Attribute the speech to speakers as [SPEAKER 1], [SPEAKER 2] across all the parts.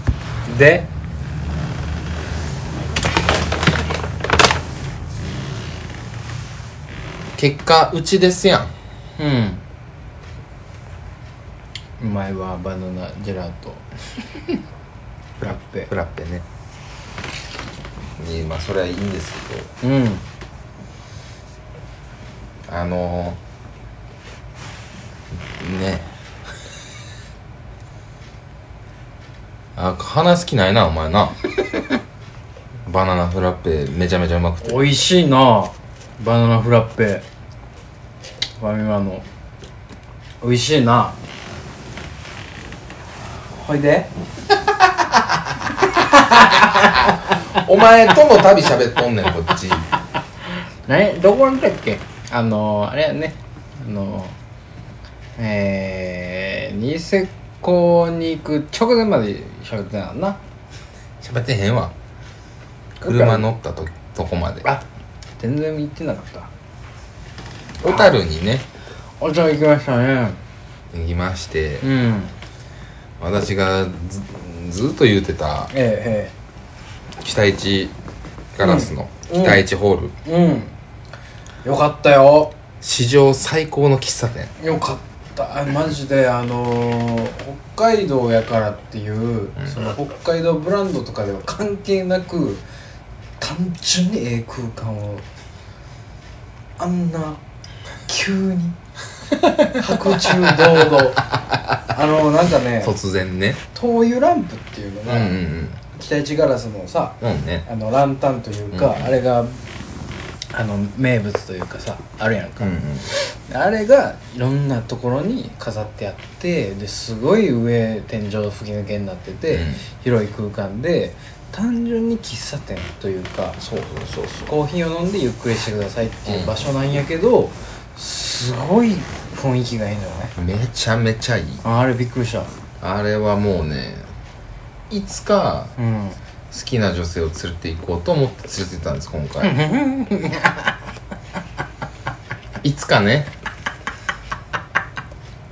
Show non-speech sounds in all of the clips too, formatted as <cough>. [SPEAKER 1] で
[SPEAKER 2] 結果うちですやん
[SPEAKER 1] うん
[SPEAKER 2] お前はバナナジェラート
[SPEAKER 1] フラッペ
[SPEAKER 2] フ <laughs> ラッペねいやまあそれはいいんですけど
[SPEAKER 1] うん
[SPEAKER 2] あのー、ねあ話す気ないなお前なバナナフラッペめちゃめちゃうまくて
[SPEAKER 1] 美味しいなバナナフラッペファミマの美味しいなほいで
[SPEAKER 2] お前との旅喋っとん <laughs> ねんこっち
[SPEAKER 1] 何どこにいたっけあのあれやねあのえー、ニセコに行く直前まで喋ってたな
[SPEAKER 2] 喋ってへんわ車乗ったととこまで
[SPEAKER 1] あ全然行ってなかった
[SPEAKER 2] 小樽にね
[SPEAKER 1] お茶行きましたね
[SPEAKER 2] 行きまして
[SPEAKER 1] うん
[SPEAKER 2] 私がずずっと言うてた
[SPEAKER 1] え
[SPEAKER 2] 北一ガラスの
[SPEAKER 1] うん
[SPEAKER 2] 北一ホール、
[SPEAKER 1] えええうんよかったよ
[SPEAKER 2] 史上最高の喫茶店
[SPEAKER 1] よかったあマジであのー北海道やからっていう、その北海道ブランドとかでは関係なく単純にええ空間をあんな急
[SPEAKER 2] <laughs>
[SPEAKER 1] に白昼堂々あのなんかね
[SPEAKER 2] 突然ね
[SPEAKER 1] 灯油ランプっていうの
[SPEAKER 2] うん
[SPEAKER 1] が、
[SPEAKER 2] うん
[SPEAKER 1] 北一ガラスのさ
[SPEAKER 2] うんうんね
[SPEAKER 1] あのランタンというか、
[SPEAKER 2] うん
[SPEAKER 1] あれがあの名物というかさあるやんか、
[SPEAKER 2] うんうん
[SPEAKER 1] あれがいろんなところに飾ってあってですごい上天井吹き抜けになってて、
[SPEAKER 2] うん
[SPEAKER 1] 広い空間で単純に喫茶店というか
[SPEAKER 2] そうそうそうそう
[SPEAKER 1] コーヒーを飲んでゆっくりしてくださいっていう場所なんやけど、すごい雰囲気がいいのよね
[SPEAKER 2] めちゃめちゃいい
[SPEAKER 1] ああれびっくりした
[SPEAKER 2] あれはもうねいつか
[SPEAKER 1] うん
[SPEAKER 2] 好きな女性を連れて行こうと思って連れて行ったんです今回
[SPEAKER 1] <laughs>
[SPEAKER 2] いつかね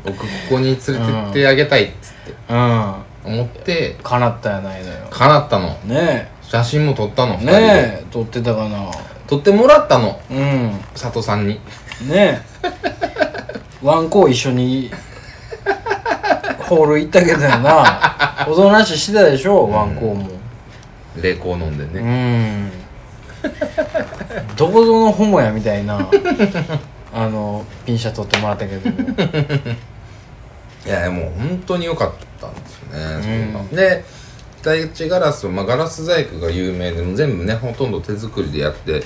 [SPEAKER 2] 僕ここに連れてってあげたいっつって
[SPEAKER 1] うん
[SPEAKER 2] 思って
[SPEAKER 1] 叶ったやないのよ
[SPEAKER 2] 叶ったの
[SPEAKER 1] ね
[SPEAKER 2] 写真も撮ったの
[SPEAKER 1] え
[SPEAKER 2] 二人で
[SPEAKER 1] ねえ撮ってたかな
[SPEAKER 2] 撮ってもらったの
[SPEAKER 1] うん
[SPEAKER 2] 佐藤さんに
[SPEAKER 1] ねえワンコ一緒にホール行ったけどやなおとなしいしてたでしょワンコも
[SPEAKER 2] 霊光飲んで
[SPEAKER 1] う
[SPEAKER 2] ね
[SPEAKER 1] んどこぞのホモやみたいなあのピンシャ取ってもらったけども
[SPEAKER 2] いやもう本当に良かったんですよね、そんな
[SPEAKER 1] うん
[SPEAKER 2] で北一ガラスは、まあ、ガラス細工が有名でもう全部ねほとんど手作りでやって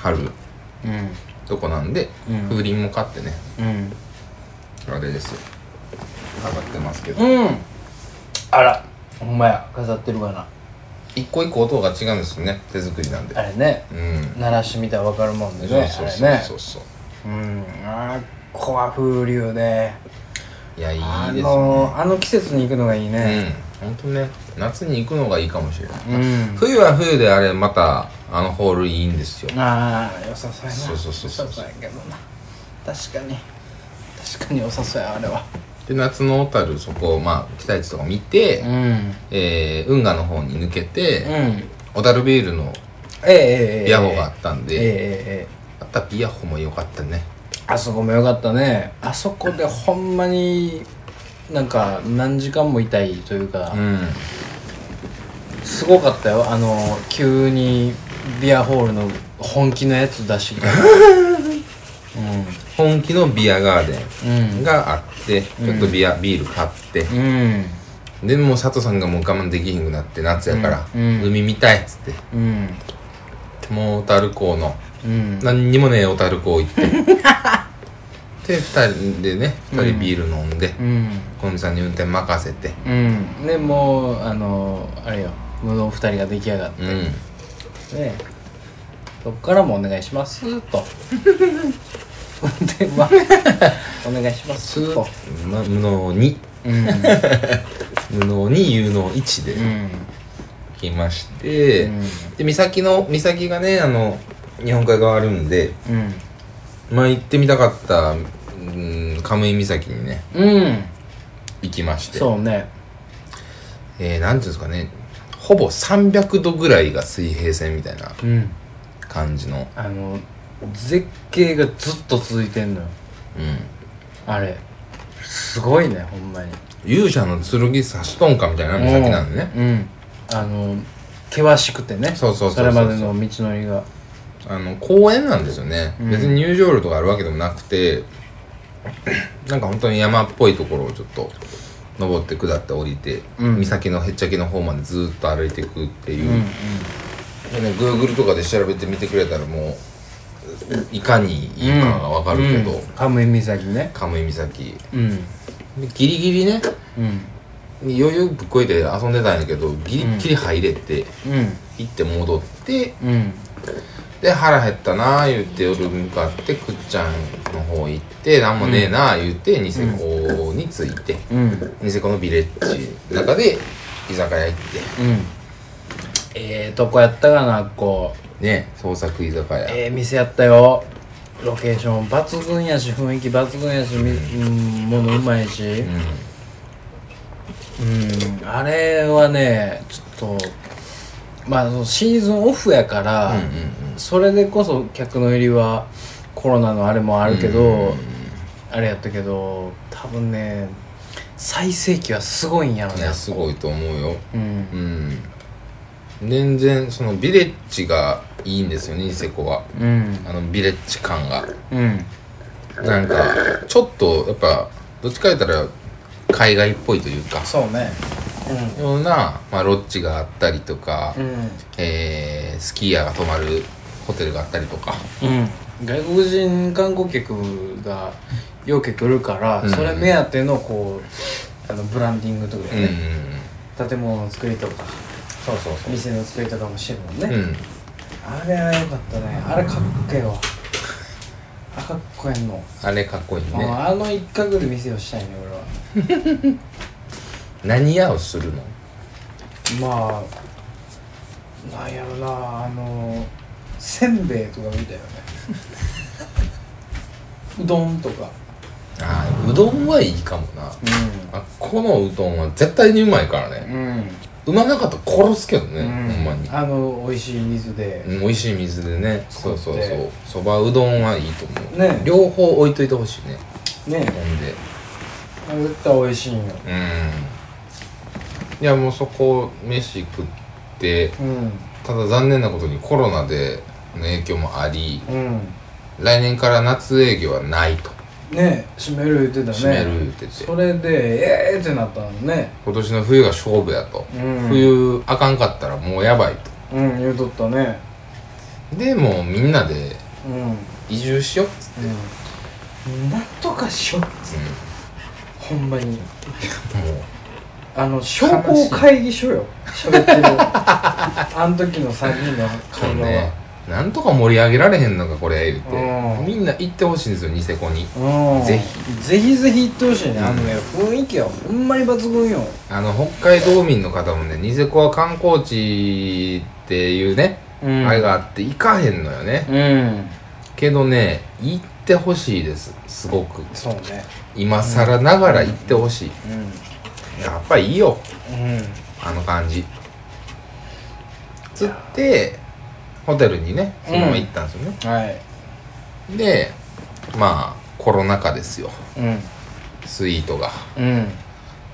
[SPEAKER 2] はる
[SPEAKER 1] うん
[SPEAKER 2] とこなんで、
[SPEAKER 1] うん
[SPEAKER 2] 風鈴も買ってね
[SPEAKER 1] うん
[SPEAKER 2] あれですよ上がってますけど、
[SPEAKER 1] うんあらほんまや飾ってるかな
[SPEAKER 2] 一個一個音が違うんですよね手作りなんで
[SPEAKER 1] あれね
[SPEAKER 2] うん
[SPEAKER 1] 鳴らしてみたら分かるもんでね
[SPEAKER 2] そうそう
[SPEAKER 1] あ
[SPEAKER 2] そう
[SPEAKER 1] れね
[SPEAKER 2] そうそう
[SPEAKER 1] うんあーこは風流で
[SPEAKER 2] いやいい
[SPEAKER 1] あ
[SPEAKER 2] ですね
[SPEAKER 1] のーあの季節に行くのがいいね
[SPEAKER 2] うん本当ね夏に行くのがいいかもしれない、
[SPEAKER 1] うん
[SPEAKER 2] 冬は冬であれまたあのホールいいんですよ
[SPEAKER 1] ああ良さそうやな
[SPEAKER 2] そうそうそうそう
[SPEAKER 1] 良さやけどな確かに確かに良さそうやあれは
[SPEAKER 2] で夏の小樽そこまあ北市とか見て、
[SPEAKER 1] うん
[SPEAKER 2] えー運河の方に抜け
[SPEAKER 1] う
[SPEAKER 2] て
[SPEAKER 1] ん
[SPEAKER 2] 小樽、ビールの
[SPEAKER 1] ええええ
[SPEAKER 2] ビアホがあった
[SPEAKER 1] え
[SPEAKER 2] ん
[SPEAKER 1] えええ
[SPEAKER 2] で、
[SPEAKER 1] ええ
[SPEAKER 2] あったビアホも良かったね
[SPEAKER 1] あそこも良かったねあそこでほんまになんか何時間もいたいというか、
[SPEAKER 2] うん
[SPEAKER 1] すごかったよあの急にビアホールの本気のやつ出してきた
[SPEAKER 2] <laughs> 本気のビアガーデ
[SPEAKER 1] うん
[SPEAKER 2] ンがあって、ちょっとビアビール買って、
[SPEAKER 1] うんうん
[SPEAKER 2] でもう佐藤さんがもう我慢できひんくなって夏やから、
[SPEAKER 1] うんうん
[SPEAKER 2] 海見たいっつって
[SPEAKER 1] うん
[SPEAKER 2] もう小樽港の
[SPEAKER 1] うん
[SPEAKER 2] 何にもねえ小樽港行って
[SPEAKER 1] <laughs>
[SPEAKER 2] で2人でね2人ビール飲んで、
[SPEAKER 1] うん
[SPEAKER 2] コンさんに運転任せて
[SPEAKER 1] うんでもうあのあれよ無能二人が出来上がっ
[SPEAKER 2] うん
[SPEAKER 1] て、そっからもお願いしますと <laughs> 運転はお願いしますと
[SPEAKER 2] ま無能に
[SPEAKER 1] うん
[SPEAKER 2] 無能に有能1
[SPEAKER 1] う
[SPEAKER 2] で
[SPEAKER 1] ん
[SPEAKER 2] 来まして、
[SPEAKER 1] うん
[SPEAKER 2] で三崎の三崎がねあの日本海側あるんで
[SPEAKER 1] うん
[SPEAKER 2] まあ行ってみたかったうんカイ岬にね
[SPEAKER 1] うん
[SPEAKER 2] 行きまして
[SPEAKER 1] そうね
[SPEAKER 2] えー、なんていうんですかねほぼ300度ぐらいが水平線みたいな
[SPEAKER 1] うん
[SPEAKER 2] 感じの
[SPEAKER 1] あの絶景がずっと続いてんのよ
[SPEAKER 2] うん
[SPEAKER 1] あれすごいねほんまに
[SPEAKER 2] 勇者の剣差しとんかみたいな岬なんでね
[SPEAKER 1] うんあの険しくてね
[SPEAKER 2] そうそうそうそう
[SPEAKER 1] れまでの道のりが
[SPEAKER 2] あの公園なんですよね、
[SPEAKER 1] うん
[SPEAKER 2] 別に入場料とかあるわけでもなくてなんか本当に山っぽいところをちょっと登って下って降りて、
[SPEAKER 1] うん
[SPEAKER 2] 岬のへっちゃけの方までずっと歩いていくっていう
[SPEAKER 1] う、ん
[SPEAKER 2] でね Google とかで調べてみてくれたらもういかにいいかがわかるけど、
[SPEAKER 1] うんカムイ岬ね
[SPEAKER 2] カムイ岬
[SPEAKER 1] うん
[SPEAKER 2] でギリギリね
[SPEAKER 1] うん
[SPEAKER 2] 余裕ぶっこいて遊んでたんやけどギリギリ入れて、
[SPEAKER 1] うん
[SPEAKER 2] 行って戻って
[SPEAKER 1] うん
[SPEAKER 2] で腹減ったなあ言って夜向かってくっちゃんの方行ってなんもねえなあ言ってニセコに着いて、
[SPEAKER 1] うん
[SPEAKER 2] ニセコのビレッジの中で居酒屋行って
[SPEAKER 1] うんええとこやったがなこう
[SPEAKER 2] ね創作居酒屋、
[SPEAKER 1] ええ店やったよロケーション抜群やし雰囲気抜群やしみ、うん、ものうまいしうんあれはねちょっとまあそのシーズンオフやから、
[SPEAKER 2] うん、うんうんうん
[SPEAKER 1] それでこそ客の入りはコロナのあれもあるけど、
[SPEAKER 2] うんうんうん
[SPEAKER 1] あれやったけど多分ね最盛期はすごいんやろ
[SPEAKER 2] い
[SPEAKER 1] ね
[SPEAKER 2] やすごいと思うよ
[SPEAKER 1] うん
[SPEAKER 2] うん全然そのビレッジがいいんですよねニセコは
[SPEAKER 1] うん
[SPEAKER 2] あのビレッジ感が
[SPEAKER 1] うん
[SPEAKER 2] なんかちょっとやっぱどっちか言ったら海外っぽいというか
[SPEAKER 1] そうね
[SPEAKER 2] ような、まあ、ロッジがあったりとか、
[SPEAKER 1] うん
[SPEAKER 2] えースキーヤーが泊まるホテルがあったりとか
[SPEAKER 1] うん外国人観光客がよく来るから、
[SPEAKER 2] うん
[SPEAKER 1] それ目当てのこうあのブランディングとか
[SPEAKER 2] うんうん
[SPEAKER 1] ね、建物の作りとか
[SPEAKER 2] そうそうそ
[SPEAKER 1] 店の作りとかもしてるもん
[SPEAKER 2] う
[SPEAKER 1] ね、
[SPEAKER 2] ん
[SPEAKER 1] あれは良かったねあれかっけえわあかっこええの
[SPEAKER 2] あれかっこいい
[SPEAKER 1] もう
[SPEAKER 2] ね
[SPEAKER 1] あの一角で店をしたいね俺は
[SPEAKER 2] 何屋をするの
[SPEAKER 1] まあなんやろなあのせんべいとか見た
[SPEAKER 2] <laughs>
[SPEAKER 1] よねうどんとか
[SPEAKER 2] あーうどんはいいかもな
[SPEAKER 1] う
[SPEAKER 2] あこのうどんは絶対にうまいからね
[SPEAKER 1] んうん、
[SPEAKER 2] うまなかったら殺すけどね、ほんまに
[SPEAKER 1] あの美味しい水で
[SPEAKER 2] うん美味しい水でねそうそう
[SPEAKER 1] 作っ
[SPEAKER 2] そ
[SPEAKER 1] て
[SPEAKER 2] うそばうどんはいいと思う、
[SPEAKER 1] ね
[SPEAKER 2] 両方置いといてほしいね
[SPEAKER 1] ね
[SPEAKER 2] ほんで
[SPEAKER 1] 絶対美味しいんよ
[SPEAKER 2] うんいやもうそこ飯食って
[SPEAKER 1] うん
[SPEAKER 2] ただ残念なことにコロナでの影響もあり
[SPEAKER 1] うん
[SPEAKER 2] 来年から夏営業はないと
[SPEAKER 1] ね閉める言ってたね
[SPEAKER 2] 閉める言ってて
[SPEAKER 1] それでええー、ってなったのね
[SPEAKER 2] 今年の冬が勝負やと、
[SPEAKER 1] うん
[SPEAKER 2] 冬あかんかったらもうやばいと
[SPEAKER 1] うん言うとったね
[SPEAKER 2] でもうみんなで
[SPEAKER 1] うんうん
[SPEAKER 2] 移住しようっつって、
[SPEAKER 1] なんとかしようほんまに
[SPEAKER 2] うんもう
[SPEAKER 1] あの商工会議所
[SPEAKER 2] <laughs>
[SPEAKER 1] よ喋ってるあの時の3人の
[SPEAKER 2] そ
[SPEAKER 1] 会
[SPEAKER 2] う
[SPEAKER 1] 話
[SPEAKER 2] ね
[SPEAKER 1] は
[SPEAKER 2] なんとか盛り上げられへんのかこれ言っ
[SPEAKER 1] う
[SPEAKER 2] て
[SPEAKER 1] ん
[SPEAKER 2] みんな行ってほしいんですよニセコに
[SPEAKER 1] うん
[SPEAKER 2] ぜ
[SPEAKER 1] ぜひぜひ行ってほしいね
[SPEAKER 2] うん
[SPEAKER 1] あのね雰囲気はほんまに抜群よ
[SPEAKER 2] あの北海道民の方もねニセコは観光地っていうね、
[SPEAKER 1] うん
[SPEAKER 2] あれがあって行かへんのよね、
[SPEAKER 1] うん
[SPEAKER 2] けどね行ってほしいですすごく
[SPEAKER 1] そうね
[SPEAKER 2] 今更ながら行ってほしい、
[SPEAKER 1] う
[SPEAKER 2] やっぱいいよ
[SPEAKER 1] んうん
[SPEAKER 2] あの感じつってホテルにねそのまま行ったんですよね、
[SPEAKER 1] はい
[SPEAKER 2] でまあコロナ禍ですよ
[SPEAKER 1] うん
[SPEAKER 2] スイートが
[SPEAKER 1] うん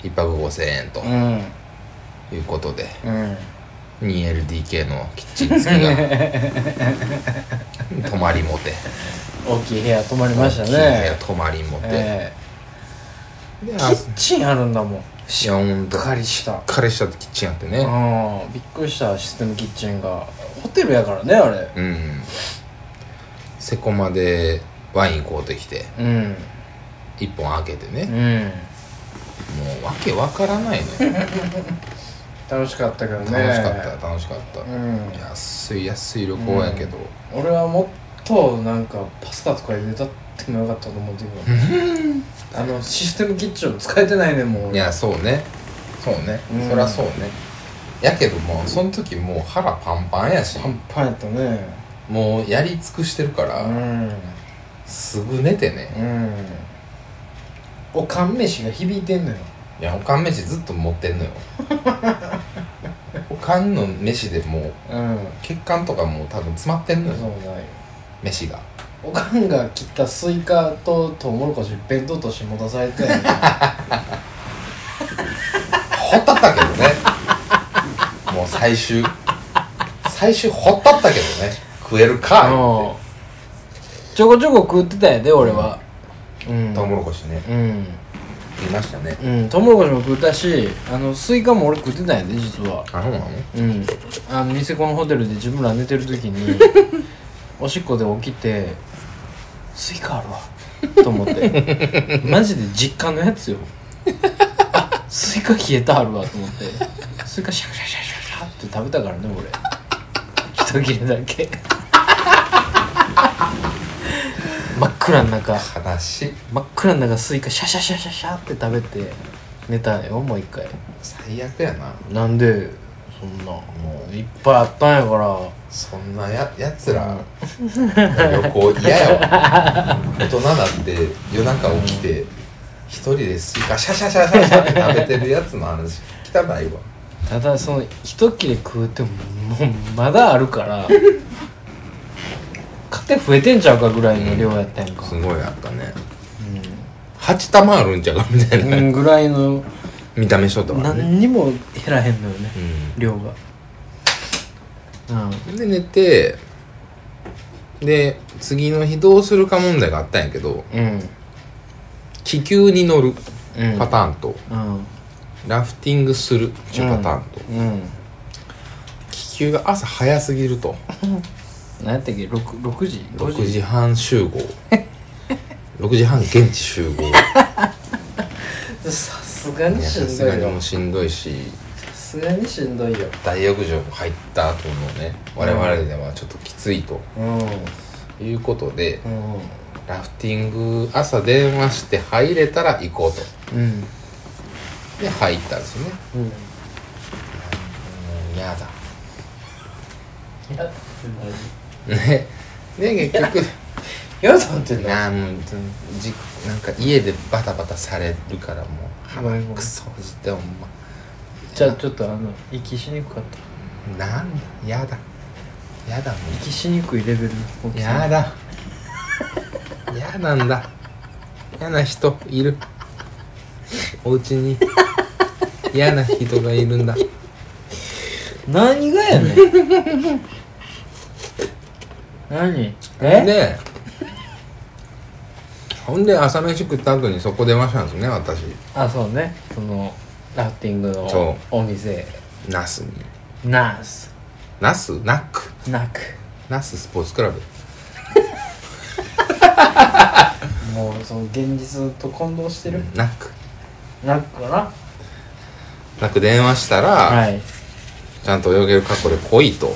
[SPEAKER 2] 1泊5000円と
[SPEAKER 1] うん
[SPEAKER 2] いうことで
[SPEAKER 1] うん
[SPEAKER 2] 2LDK のキッチン付きが泊まりもて
[SPEAKER 1] 大きい部屋泊まりました
[SPEAKER 2] 大きい部屋
[SPEAKER 1] ね
[SPEAKER 2] 泊まりもて、
[SPEAKER 1] え
[SPEAKER 2] で
[SPEAKER 1] えキ
[SPEAKER 2] あ
[SPEAKER 1] ッチンあるんだもんしっ
[SPEAKER 2] 4と
[SPEAKER 1] かりした
[SPEAKER 2] 彼氏だってキッチンやってね、
[SPEAKER 1] うんびっくりしたシステムキッチンがホテルやからねあれ
[SPEAKER 2] うんセコまでワイン買うてきて
[SPEAKER 1] うん
[SPEAKER 2] 一本開けて
[SPEAKER 1] う
[SPEAKER 2] ね、
[SPEAKER 1] ん
[SPEAKER 2] もうわけわからないのよ
[SPEAKER 1] 楽しかったけどね
[SPEAKER 2] 楽しかった楽しかった、
[SPEAKER 1] うん
[SPEAKER 2] 安い安い旅行やけど、
[SPEAKER 1] 俺はもっとなんかパスタとか入れたってもよかったと思うけどあのシステムキッチン使えてないねんもう
[SPEAKER 2] い
[SPEAKER 1] 俺
[SPEAKER 2] やそうねそうね、
[SPEAKER 1] うん
[SPEAKER 2] そりゃそうねやけどもうその時もう腹パンパンやし
[SPEAKER 1] パンパンやったね
[SPEAKER 2] もうやり尽くしてるか
[SPEAKER 1] う
[SPEAKER 2] ら、
[SPEAKER 1] ん
[SPEAKER 2] すぐ寝てね
[SPEAKER 1] うんおかん飯が響いてんのよ
[SPEAKER 2] <laughs> いやおかん飯ずっと持ってんのよお間の飯でもう
[SPEAKER 1] うん
[SPEAKER 2] 血管とかもう多分詰まってんの
[SPEAKER 1] そ
[SPEAKER 2] よ
[SPEAKER 1] うない
[SPEAKER 2] 飯が
[SPEAKER 1] おかんが切ったスイカとトウモロコシ弁当として持たさ <laughs> れて
[SPEAKER 2] ほったったけどねもう最終最終ほったったけどね食えるか
[SPEAKER 1] うんちょこちょこ食ってたんやで俺はうん
[SPEAKER 2] トウモロコシね
[SPEAKER 1] うん
[SPEAKER 2] 言いましたね
[SPEAKER 1] うんトウモロコシも食ったしあのスイカも俺食ってたんやで実は
[SPEAKER 2] あそうなの
[SPEAKER 1] うんあのニセコのホテルで自分ら寝てる時におしっこで起きてスイカあるわと思ってマジで実家のやつよあスイカ消えたあるわと思ってスイカシャクシャクシャクシャクシャクって食べたからね俺一切れだけ真っ暗の中
[SPEAKER 2] 悲しい
[SPEAKER 1] 真っ暗の中スイカシャシャシャシャシャって食べて寝たよもう一回
[SPEAKER 2] 最悪やな
[SPEAKER 1] なんでそんなもういっぱいあったんやから
[SPEAKER 2] そんなややつら旅行嫌やわ大人だって夜中起きて一人でスイカシャシャシャシャシャって食べてるやつの話汚いわ
[SPEAKER 1] ただその一切れ食うてももうまだあるから <laughs> 勝手増えてんちゃうかぐらいの量やったんやんか
[SPEAKER 2] すごいあったね8玉あるんちゃうかみた
[SPEAKER 1] う
[SPEAKER 2] い
[SPEAKER 1] ん、
[SPEAKER 2] な
[SPEAKER 1] うんぐらいの
[SPEAKER 2] 見た目しとったからね
[SPEAKER 1] 何にも減らへんのよね
[SPEAKER 2] う
[SPEAKER 1] 量がうん
[SPEAKER 2] んで寝てで次の日どうするか問題があったんやけど
[SPEAKER 1] うん
[SPEAKER 2] 気球に乗る
[SPEAKER 1] うん
[SPEAKER 2] パターンと、
[SPEAKER 1] うん
[SPEAKER 2] ラフティングするっていうパターンと、
[SPEAKER 1] うん
[SPEAKER 2] 気球が朝早すぎると
[SPEAKER 1] 何やったっけ 6, 6時5
[SPEAKER 2] 6時半集合6時半現地集合
[SPEAKER 1] さすが
[SPEAKER 2] い
[SPEAKER 1] に
[SPEAKER 2] や
[SPEAKER 1] し
[SPEAKER 2] さ
[SPEAKER 1] ん
[SPEAKER 2] す
[SPEAKER 1] ど
[SPEAKER 2] が
[SPEAKER 1] い
[SPEAKER 2] に
[SPEAKER 1] よ
[SPEAKER 2] もうしんどいし
[SPEAKER 1] さすがにしんどいよ
[SPEAKER 2] 大浴場入った後のね我々ではちょっときついと
[SPEAKER 1] うん
[SPEAKER 2] いうことで、
[SPEAKER 1] うん
[SPEAKER 2] ラフティング朝電話して入れたら行こうと
[SPEAKER 1] うん
[SPEAKER 2] で入ったんですよね
[SPEAKER 1] うん
[SPEAKER 2] うんやだ
[SPEAKER 1] やだ
[SPEAKER 2] ねで結局
[SPEAKER 1] やだってな
[SPEAKER 2] なあもうじなんか家でバタバタされるからもう
[SPEAKER 1] ごめんごめん
[SPEAKER 2] クソしてほんま
[SPEAKER 1] じゃあちょっとあの息しにくかった
[SPEAKER 2] なんだやだやだもう
[SPEAKER 1] 息しにくいレベルの大きさ
[SPEAKER 2] やだやなんだ嫌な人いるお家に嫌な人がいるんだ
[SPEAKER 1] 何がやねん何
[SPEAKER 2] でほんで朝飯食った後にそこ出ましたんですね私
[SPEAKER 1] あそうねそのラフティングの
[SPEAKER 2] そ
[SPEAKER 1] お店
[SPEAKER 2] ナスに
[SPEAKER 1] ナース
[SPEAKER 2] ナスナック
[SPEAKER 1] なく
[SPEAKER 2] ナススポーツクラブ
[SPEAKER 1] もうその現実と混同してる
[SPEAKER 2] ナック
[SPEAKER 1] なくかな
[SPEAKER 2] ナック電話したら、
[SPEAKER 1] はい
[SPEAKER 2] ちゃんと泳げる格好で来いと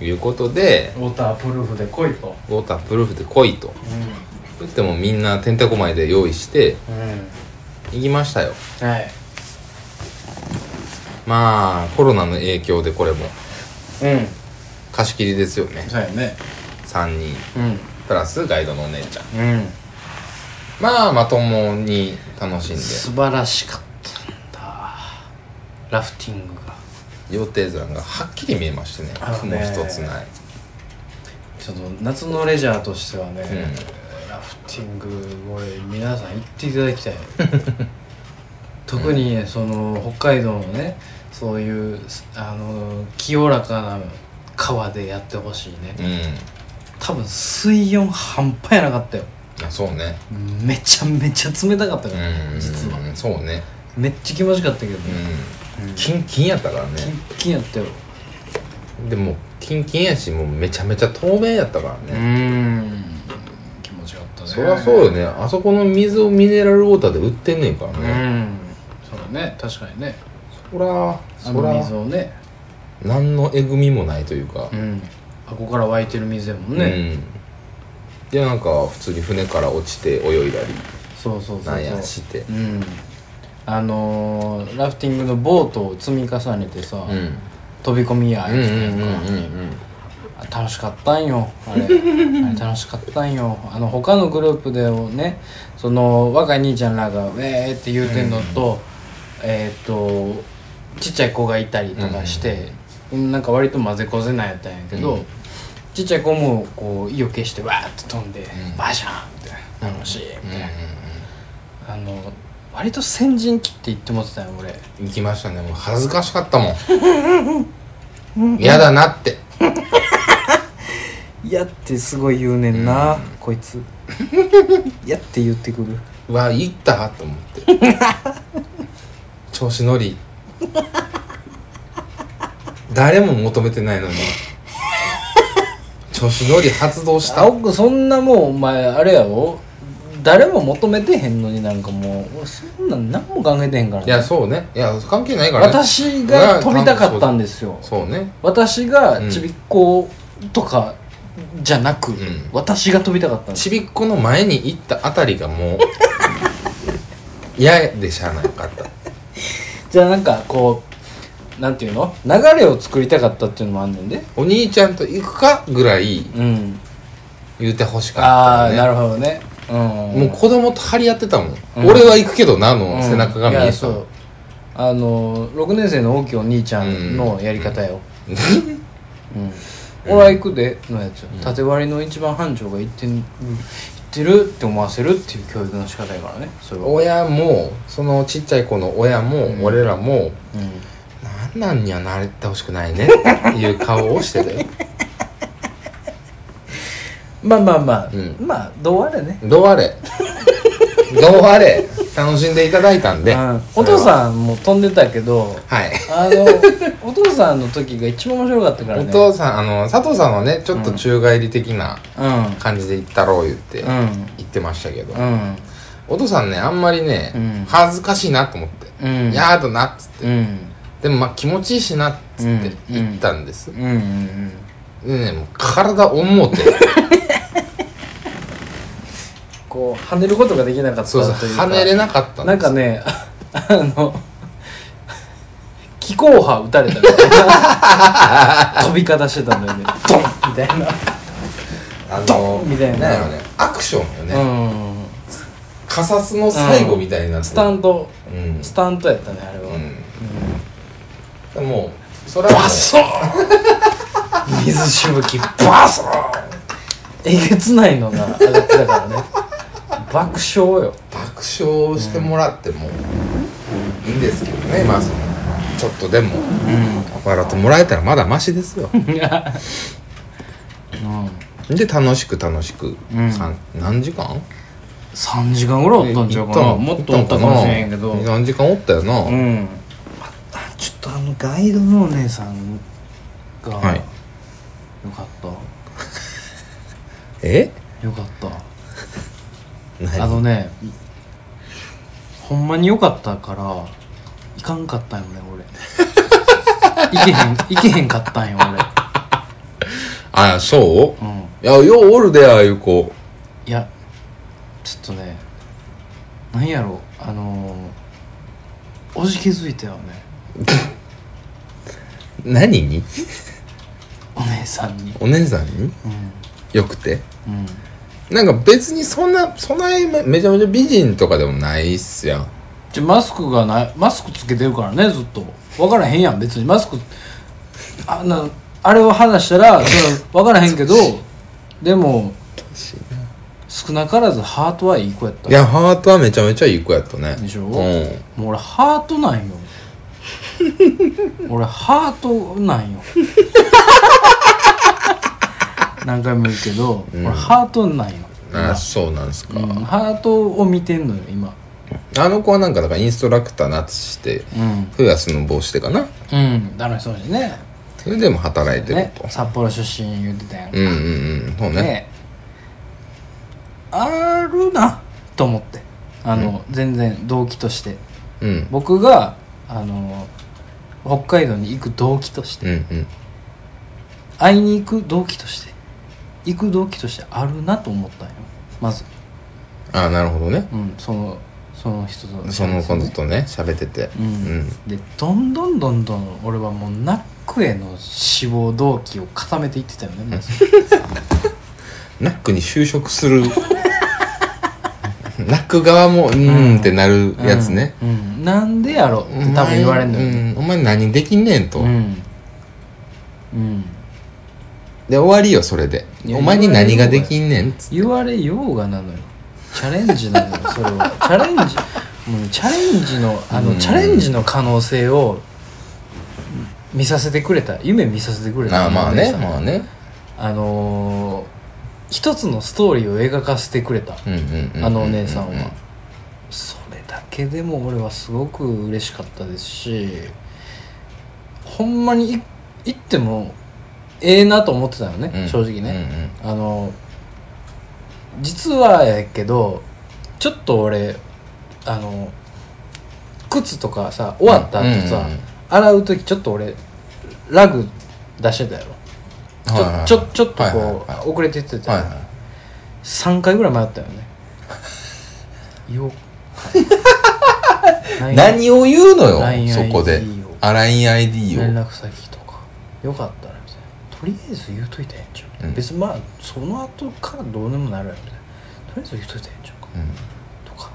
[SPEAKER 2] いうことで
[SPEAKER 1] うんウォータープルーフで来いと
[SPEAKER 2] ウォータープルーフで来いと
[SPEAKER 1] う
[SPEAKER 2] 言ってもみんなてんてこまいで用意して
[SPEAKER 1] んうん
[SPEAKER 2] 行きましたよ
[SPEAKER 1] はい
[SPEAKER 2] まあコロナの影響でこれも
[SPEAKER 1] うん
[SPEAKER 2] 貸し切りですよね
[SPEAKER 1] そうやね
[SPEAKER 2] 3人
[SPEAKER 1] うん
[SPEAKER 2] プラスガイドのお姉ちゃん
[SPEAKER 1] うん
[SPEAKER 2] まあまともに楽しんで
[SPEAKER 1] 素晴らしかったんだラフティングが
[SPEAKER 2] 羊蹄山がはっきり見えましてね
[SPEAKER 1] あの
[SPEAKER 2] 雲
[SPEAKER 1] ね
[SPEAKER 2] 一つない、
[SPEAKER 1] ちょっと夏のレジャーとしてはね、
[SPEAKER 2] う
[SPEAKER 1] ラフティングこれ皆さん行っていただきたい <laughs> 特にねその北海道のねそういうあの清らかな川でやってほしいね
[SPEAKER 2] う
[SPEAKER 1] 多分水温半端やなかったよ
[SPEAKER 2] んあそうね
[SPEAKER 1] めちゃめちゃ冷たかったから、
[SPEAKER 2] うん
[SPEAKER 1] 実は
[SPEAKER 2] そうね
[SPEAKER 1] めっちゃ気持ちよかったけど、ね
[SPEAKER 2] う
[SPEAKER 1] うんん
[SPEAKER 2] キンキンやったからね
[SPEAKER 1] キンキンやったよ
[SPEAKER 2] でもキンキンやしもうめちゃめちゃ透明やったから
[SPEAKER 1] う
[SPEAKER 2] ね、
[SPEAKER 1] ん気持ちよかったね
[SPEAKER 2] そりゃそうよねあそこの水をミネラルウォーターで売ってんねんから
[SPEAKER 1] う
[SPEAKER 2] ね、
[SPEAKER 1] んそうだね確かにね
[SPEAKER 2] そりゃ
[SPEAKER 1] あ
[SPEAKER 2] そり
[SPEAKER 1] の水
[SPEAKER 2] ゃ
[SPEAKER 1] をね、
[SPEAKER 2] 何のえぐみもないというか
[SPEAKER 1] うん、あここから湧いてる水やもんね、
[SPEAKER 2] うんでなんか普通に船から落ちて泳いだり
[SPEAKER 1] そうそうそう
[SPEAKER 2] なん
[SPEAKER 1] そう
[SPEAKER 2] やして
[SPEAKER 1] うんあのーラフティングのボートを積み重ねてさ、
[SPEAKER 2] うんうん
[SPEAKER 1] 飛び込みや、
[SPEAKER 2] うんうんうん
[SPEAKER 1] あ楽しかったんよあれあれ楽しかったんよあの他のグループでをねその若い兄ちゃんらが「ウェー!」って言うてんのと、えーっ、とちっちゃい子がいたりとかして、なんか割と混ぜこぜなんやったんやけど、
[SPEAKER 2] うん
[SPEAKER 1] ちっちゃい子もこう意を決してわーっと飛んで、
[SPEAKER 2] ん
[SPEAKER 1] バシャーンみたいな楽しいみたい
[SPEAKER 2] うん
[SPEAKER 1] な、
[SPEAKER 2] う
[SPEAKER 1] あの割と先陣切って言ってもってたよ俺
[SPEAKER 2] ん行きましたねもう恥ずかしかったもん <laughs> 嫌だなって
[SPEAKER 1] 「や」ってすごい言うねんな、こい <laughs> つ「や」って言ってくる
[SPEAKER 2] うわ行ったと思って調子乗り誰も求めてないのに調子乗り発動した
[SPEAKER 1] 青くそんなもうお前あれやろ誰も求めてへんのになんかもう俺そんなん何も考えてへんから、
[SPEAKER 2] いやそうねいや関係ないからね
[SPEAKER 1] 私が撮りたかったんですよ
[SPEAKER 2] そうね
[SPEAKER 1] 私がちびっ子とかじゃなく、
[SPEAKER 2] ん
[SPEAKER 1] 私が飛びたかったんです
[SPEAKER 2] ちびっこの前に行ったあたりがもう嫌でしゃあなかった
[SPEAKER 1] じゃあなんかこうなんていうの流れを作りたかったっていうのもあんねんで
[SPEAKER 2] お兄ちゃんと行くかぐらい
[SPEAKER 1] うん
[SPEAKER 2] 言うてほしか
[SPEAKER 1] ああ
[SPEAKER 2] った、
[SPEAKER 1] ー
[SPEAKER 2] ね、
[SPEAKER 1] なるほどねうん
[SPEAKER 2] もう子供と張り合ってたもん、
[SPEAKER 1] うん
[SPEAKER 2] 俺は行くけどな
[SPEAKER 1] う
[SPEAKER 2] の
[SPEAKER 1] ん
[SPEAKER 2] 背中が見
[SPEAKER 1] い
[SPEAKER 2] え
[SPEAKER 1] や
[SPEAKER 2] た、
[SPEAKER 1] そうあの6年生の大きいお兄ちゃんのやり方よ、うん俺は行くでのやつ、縦割りの一番班長が言ってん言ってるって思わせるっていう教育の仕方やからねそれは、
[SPEAKER 2] 親もそのちっちゃい子の親も、
[SPEAKER 1] うん
[SPEAKER 2] 俺らも
[SPEAKER 1] うん
[SPEAKER 2] なんなんには慣れてほしくないねっていう顔をしてた
[SPEAKER 1] <laughs>
[SPEAKER 2] よ
[SPEAKER 1] まあまあまあ、
[SPEAKER 2] うん
[SPEAKER 1] まあどうあれね、
[SPEAKER 2] どうあれどうあれ楽しんでいただいたんで、
[SPEAKER 1] うんお父
[SPEAKER 2] ん
[SPEAKER 1] さんも飛んでたけど
[SPEAKER 2] はい
[SPEAKER 1] あ
[SPEAKER 2] <laughs>
[SPEAKER 1] のお父さんの時が一番面白かったから
[SPEAKER 2] お
[SPEAKER 1] ね
[SPEAKER 2] 父さんあの佐藤さんはねちょっと宙返り的な
[SPEAKER 1] うん
[SPEAKER 2] 感じで行ったろう言って、
[SPEAKER 1] うん
[SPEAKER 2] 言ってましたけど、
[SPEAKER 1] うん
[SPEAKER 2] お父さんねあんまりね、
[SPEAKER 1] うん
[SPEAKER 2] 恥ずかしいなと思って、
[SPEAKER 1] うん
[SPEAKER 2] やだなっつって、
[SPEAKER 1] うん
[SPEAKER 2] でもまあ気持ちいいしなっつっ
[SPEAKER 1] う
[SPEAKER 2] て
[SPEAKER 1] んうん
[SPEAKER 2] 行ったんです、
[SPEAKER 1] うんうんうん
[SPEAKER 2] でねもう体重て
[SPEAKER 1] <laughs> こう跳ねることができなかったと
[SPEAKER 2] そ
[SPEAKER 1] いうう
[SPEAKER 2] そう
[SPEAKER 1] か
[SPEAKER 2] 跳ねれなかったんです
[SPEAKER 1] なんかねあの気候波打たれたみたい
[SPEAKER 2] <laughs>
[SPEAKER 1] な飛び方してたんだよねドンみたいな
[SPEAKER 2] あ
[SPEAKER 1] ド
[SPEAKER 2] の
[SPEAKER 1] ンみたいなん
[SPEAKER 2] やろねアクションよね、
[SPEAKER 1] うん
[SPEAKER 2] カサスの最後みたいな、
[SPEAKER 1] スタント
[SPEAKER 2] うん、うん
[SPEAKER 1] スタントやったねあれは、
[SPEAKER 2] でもそれはもう
[SPEAKER 1] バソーン水しぶきバソーンえげつないのが上がってたからね爆笑よ
[SPEAKER 2] 爆笑してもらってもいいんですけどね、まあそのちょっとでも笑ってもらえたらまだマシですよ
[SPEAKER 1] うん
[SPEAKER 2] で楽しく楽しく、
[SPEAKER 1] うん
[SPEAKER 2] さん何時間
[SPEAKER 1] 3時間ぐらいおったんちゃうかなもっとおったかもしれんけどう
[SPEAKER 2] 何時間おったよな、はい
[SPEAKER 1] んあちょっとあのガイドのお姉さんがよかった、
[SPEAKER 2] え
[SPEAKER 1] よかった
[SPEAKER 2] 何
[SPEAKER 1] あのねほんまによかったから行かんかったんよね俺行けへん行けへんかったんよ
[SPEAKER 2] あそう
[SPEAKER 1] 俺うん
[SPEAKER 2] いやようおるでああいう子
[SPEAKER 1] いやちょっとねなんやろあのー、おじけづいたよね
[SPEAKER 2] 何に
[SPEAKER 1] お姉さんに
[SPEAKER 2] お姉さんに
[SPEAKER 1] うん
[SPEAKER 2] よくて
[SPEAKER 1] うん
[SPEAKER 2] なんか別にそんなそんなめめちゃめちゃ美人とかでもないっすやん
[SPEAKER 1] じゃマスクがないマスクつけてるからねずっと分からへんやん別にマスクあなあれを話したらそれ分からへんけどでも少なからずハートはいい子やった
[SPEAKER 2] いやハートはめちゃめちゃいい子やったね
[SPEAKER 1] でしょ
[SPEAKER 2] う
[SPEAKER 1] も
[SPEAKER 2] ん
[SPEAKER 1] う俺ハートなんよ俺ハートなんよ何回も言うけど、
[SPEAKER 2] うん
[SPEAKER 1] 俺ハートなんよ今
[SPEAKER 2] あそうなんすか、
[SPEAKER 1] うんハートを見てんのよ今
[SPEAKER 2] あの子はなんかだからインストラクターなつして
[SPEAKER 1] うん
[SPEAKER 2] フェアスの帽子でかな
[SPEAKER 1] うん楽しそうにね
[SPEAKER 2] それでも働いてる
[SPEAKER 1] ね
[SPEAKER 2] と、
[SPEAKER 1] 札幌出身言ってたやんか
[SPEAKER 2] うんうんうんそうね
[SPEAKER 1] ねあるなと思ってあの、全然動機として
[SPEAKER 2] うん
[SPEAKER 1] 僕があの北海道に行く動機として、
[SPEAKER 2] うんうん
[SPEAKER 1] 会いに行く動機として行く動機としてあるなと思ったんよまず、
[SPEAKER 2] ああなるほどね
[SPEAKER 1] うん、そのその人と
[SPEAKER 2] その子とね喋ってて
[SPEAKER 1] うん、でどんどんどんどん俺はもうナックへの志望動機を固めていってたよねまず
[SPEAKER 2] ナックに就職す <laughs> るナック側もうーんってなるやつね、
[SPEAKER 1] うん、うんなんでやろって多分言われるのよ、ね
[SPEAKER 2] うんお前何できんねんと、
[SPEAKER 1] うんうん
[SPEAKER 2] で終わりよそれで
[SPEAKER 1] いや
[SPEAKER 2] お前に何ができんねんっつ
[SPEAKER 1] 言われようがなのよチャレンジなの
[SPEAKER 2] <laughs>
[SPEAKER 1] よそれはチャレンジもうねチャレンジのあの、
[SPEAKER 2] うん
[SPEAKER 1] チャレンジの可能性を見させてくれた夢見させてくれた
[SPEAKER 2] あまあ
[SPEAKER 1] お
[SPEAKER 2] ね
[SPEAKER 1] 姉さん
[SPEAKER 2] まあね
[SPEAKER 1] あのー一つのストーリーを描かせてくれた
[SPEAKER 2] うんうんうん
[SPEAKER 1] あのお姉さん
[SPEAKER 2] うんうん
[SPEAKER 1] はそれだけでも俺はすごく嬉しかったですしほんまにい行ってもええなと思ってたよね、
[SPEAKER 2] うん
[SPEAKER 1] 正直ね、あの実はやけどちょっと俺あの靴とかさ終わった後さ、
[SPEAKER 2] うんうんうん
[SPEAKER 1] 洗う時ちょっと俺ラグ出してたやろ
[SPEAKER 2] うんうんはいはい
[SPEAKER 1] ちょちょちょっとこう、
[SPEAKER 2] はいはいはい
[SPEAKER 1] 遅れてってた
[SPEAKER 2] は
[SPEAKER 1] や
[SPEAKER 2] い
[SPEAKER 1] ん、
[SPEAKER 2] は
[SPEAKER 1] 3回ぐらい迷ったよ
[SPEAKER 2] <laughs>
[SPEAKER 1] ねよ
[SPEAKER 2] い <laughs> 何を言うのよ
[SPEAKER 1] LINE
[SPEAKER 2] そこで
[SPEAKER 1] ID を
[SPEAKER 2] あ LINEID
[SPEAKER 1] 連
[SPEAKER 2] を
[SPEAKER 1] 絡先とかよかったらみたいなとりあえず言うといたらええんちゃう、
[SPEAKER 2] うん
[SPEAKER 1] 別にまあその後からどうでもなるやろみたいなとりあえず言うといたらええんちゃうか、とか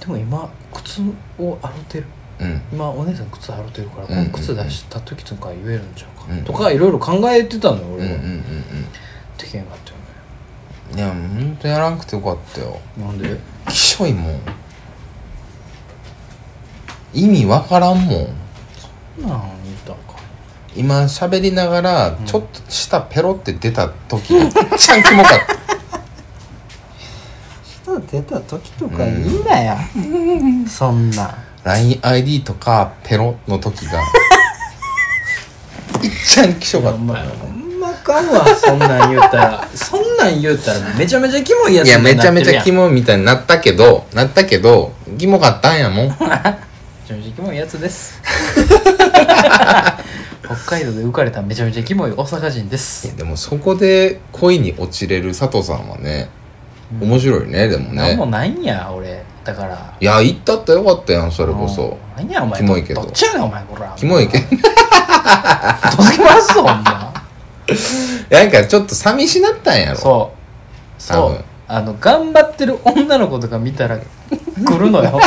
[SPEAKER 1] でも今靴を洗ってる
[SPEAKER 2] うんうん
[SPEAKER 1] 今お姉さん靴洗ってるから、
[SPEAKER 2] うんうんうん
[SPEAKER 1] この靴出した時とか言えるんちゃうか、
[SPEAKER 2] うん
[SPEAKER 1] とかいろいろ考えてたのよ
[SPEAKER 2] うん
[SPEAKER 1] 俺
[SPEAKER 2] うん
[SPEAKER 1] は、
[SPEAKER 2] うん
[SPEAKER 1] できへんかったよね
[SPEAKER 2] うんいやほんとやらなくてよかったよ
[SPEAKER 1] なんで
[SPEAKER 2] きしょいもん意味わからんもん
[SPEAKER 1] なん言ったんか
[SPEAKER 2] 今喋りながらちょっと舌ペロって出た時がめっちゃんキモかった <laughs>
[SPEAKER 1] 舌出た時とか言うなや、そんな
[SPEAKER 2] LINEID とかペロの
[SPEAKER 1] <laughs>
[SPEAKER 2] 時がいっちゃんきしょか
[SPEAKER 1] お
[SPEAKER 2] っ
[SPEAKER 1] 前ほんまあかんわそんなん言うたらそんなん言うたらめちゃめちゃキモいや
[SPEAKER 2] た
[SPEAKER 1] つ
[SPEAKER 2] いやめちゃめちゃキ
[SPEAKER 1] モ
[SPEAKER 2] モみたいになったけどなったけどキモかったんやもん
[SPEAKER 1] めちゃめちゃキモいやつです <laughs> 北海道で浮かれためちゃめちゃキモい大阪人で
[SPEAKER 2] いや
[SPEAKER 1] す
[SPEAKER 2] でもそこで恋に落ちれる佐藤さんはね
[SPEAKER 1] うん
[SPEAKER 2] 面白いねでも
[SPEAKER 1] なんも
[SPEAKER 2] ね
[SPEAKER 1] ないんや俺だから
[SPEAKER 2] いや行ったってよかったやんそれこそ
[SPEAKER 1] うんなんやお前
[SPEAKER 2] キモいけど
[SPEAKER 1] どっちやねんお前こら
[SPEAKER 2] キモいけど
[SPEAKER 1] どつきますぞほんま
[SPEAKER 2] なんかちょっと寂しなったんやろ
[SPEAKER 1] そう
[SPEAKER 2] 多
[SPEAKER 1] そ
[SPEAKER 2] 分
[SPEAKER 1] うあの頑張ってる女の子とか見
[SPEAKER 2] <laughs>
[SPEAKER 1] たら来るのよ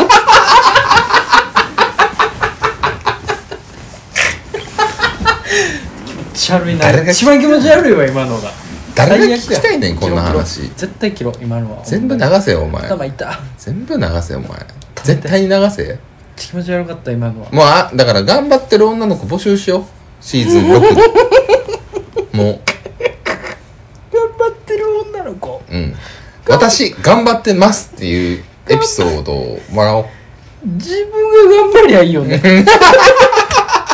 [SPEAKER 1] 気持ち悪い
[SPEAKER 2] 誰
[SPEAKER 1] な
[SPEAKER 2] が
[SPEAKER 1] 一番気持ち悪いわ今のが
[SPEAKER 2] 誰が
[SPEAKER 1] 最悪や
[SPEAKER 2] 聞きたいねんこんな
[SPEAKER 1] 切ろ
[SPEAKER 2] 話
[SPEAKER 1] う切ろう絶対切ろう今のは
[SPEAKER 2] 全部流
[SPEAKER 1] ほんまに
[SPEAKER 2] せよお前
[SPEAKER 1] 頭痛い
[SPEAKER 2] 全部流せよお前絶対に流せ
[SPEAKER 1] 気持ち悪かった今のは
[SPEAKER 2] もうあだから頑張ってる女の子募集しようシーズン6でも
[SPEAKER 1] 頑張ってる女の子
[SPEAKER 2] ううん私頑張ってますっていうエピソードをもらおう
[SPEAKER 1] 自分が頑張りゃいいよ
[SPEAKER 2] <laughs>
[SPEAKER 1] ね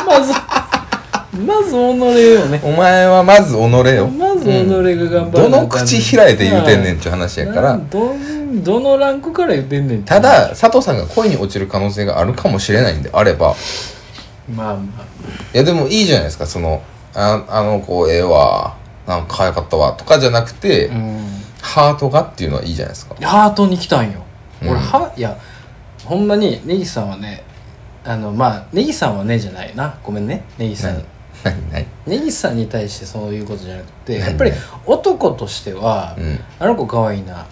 [SPEAKER 1] まずまず己よね
[SPEAKER 2] お前はまず己よ
[SPEAKER 1] まず己が頑張る
[SPEAKER 2] どの口開いて言うてんねんっていう話やか
[SPEAKER 1] な
[SPEAKER 2] ら
[SPEAKER 1] んどんどのランクから言ってんねん
[SPEAKER 2] ただ佐藤さんが恋に落ちる可能性があるかもしれないんであれば
[SPEAKER 1] まあまあ
[SPEAKER 2] いやでもいいじゃないですかそのああの子ええわなんか可愛かったわとかじゃなくて、
[SPEAKER 1] うん
[SPEAKER 2] ハートがっていうのはいいじゃないですか
[SPEAKER 1] ハートに来たんよ、
[SPEAKER 2] うん
[SPEAKER 1] 俺はいやほんまにネギさんはねあのまあネギさんはねじゃないなごめんねネギさん
[SPEAKER 2] 何何何
[SPEAKER 1] ネギさんに対してそういうことじゃなくて
[SPEAKER 2] 何
[SPEAKER 1] やっぱり男としては、
[SPEAKER 2] うん
[SPEAKER 1] あの子可愛いな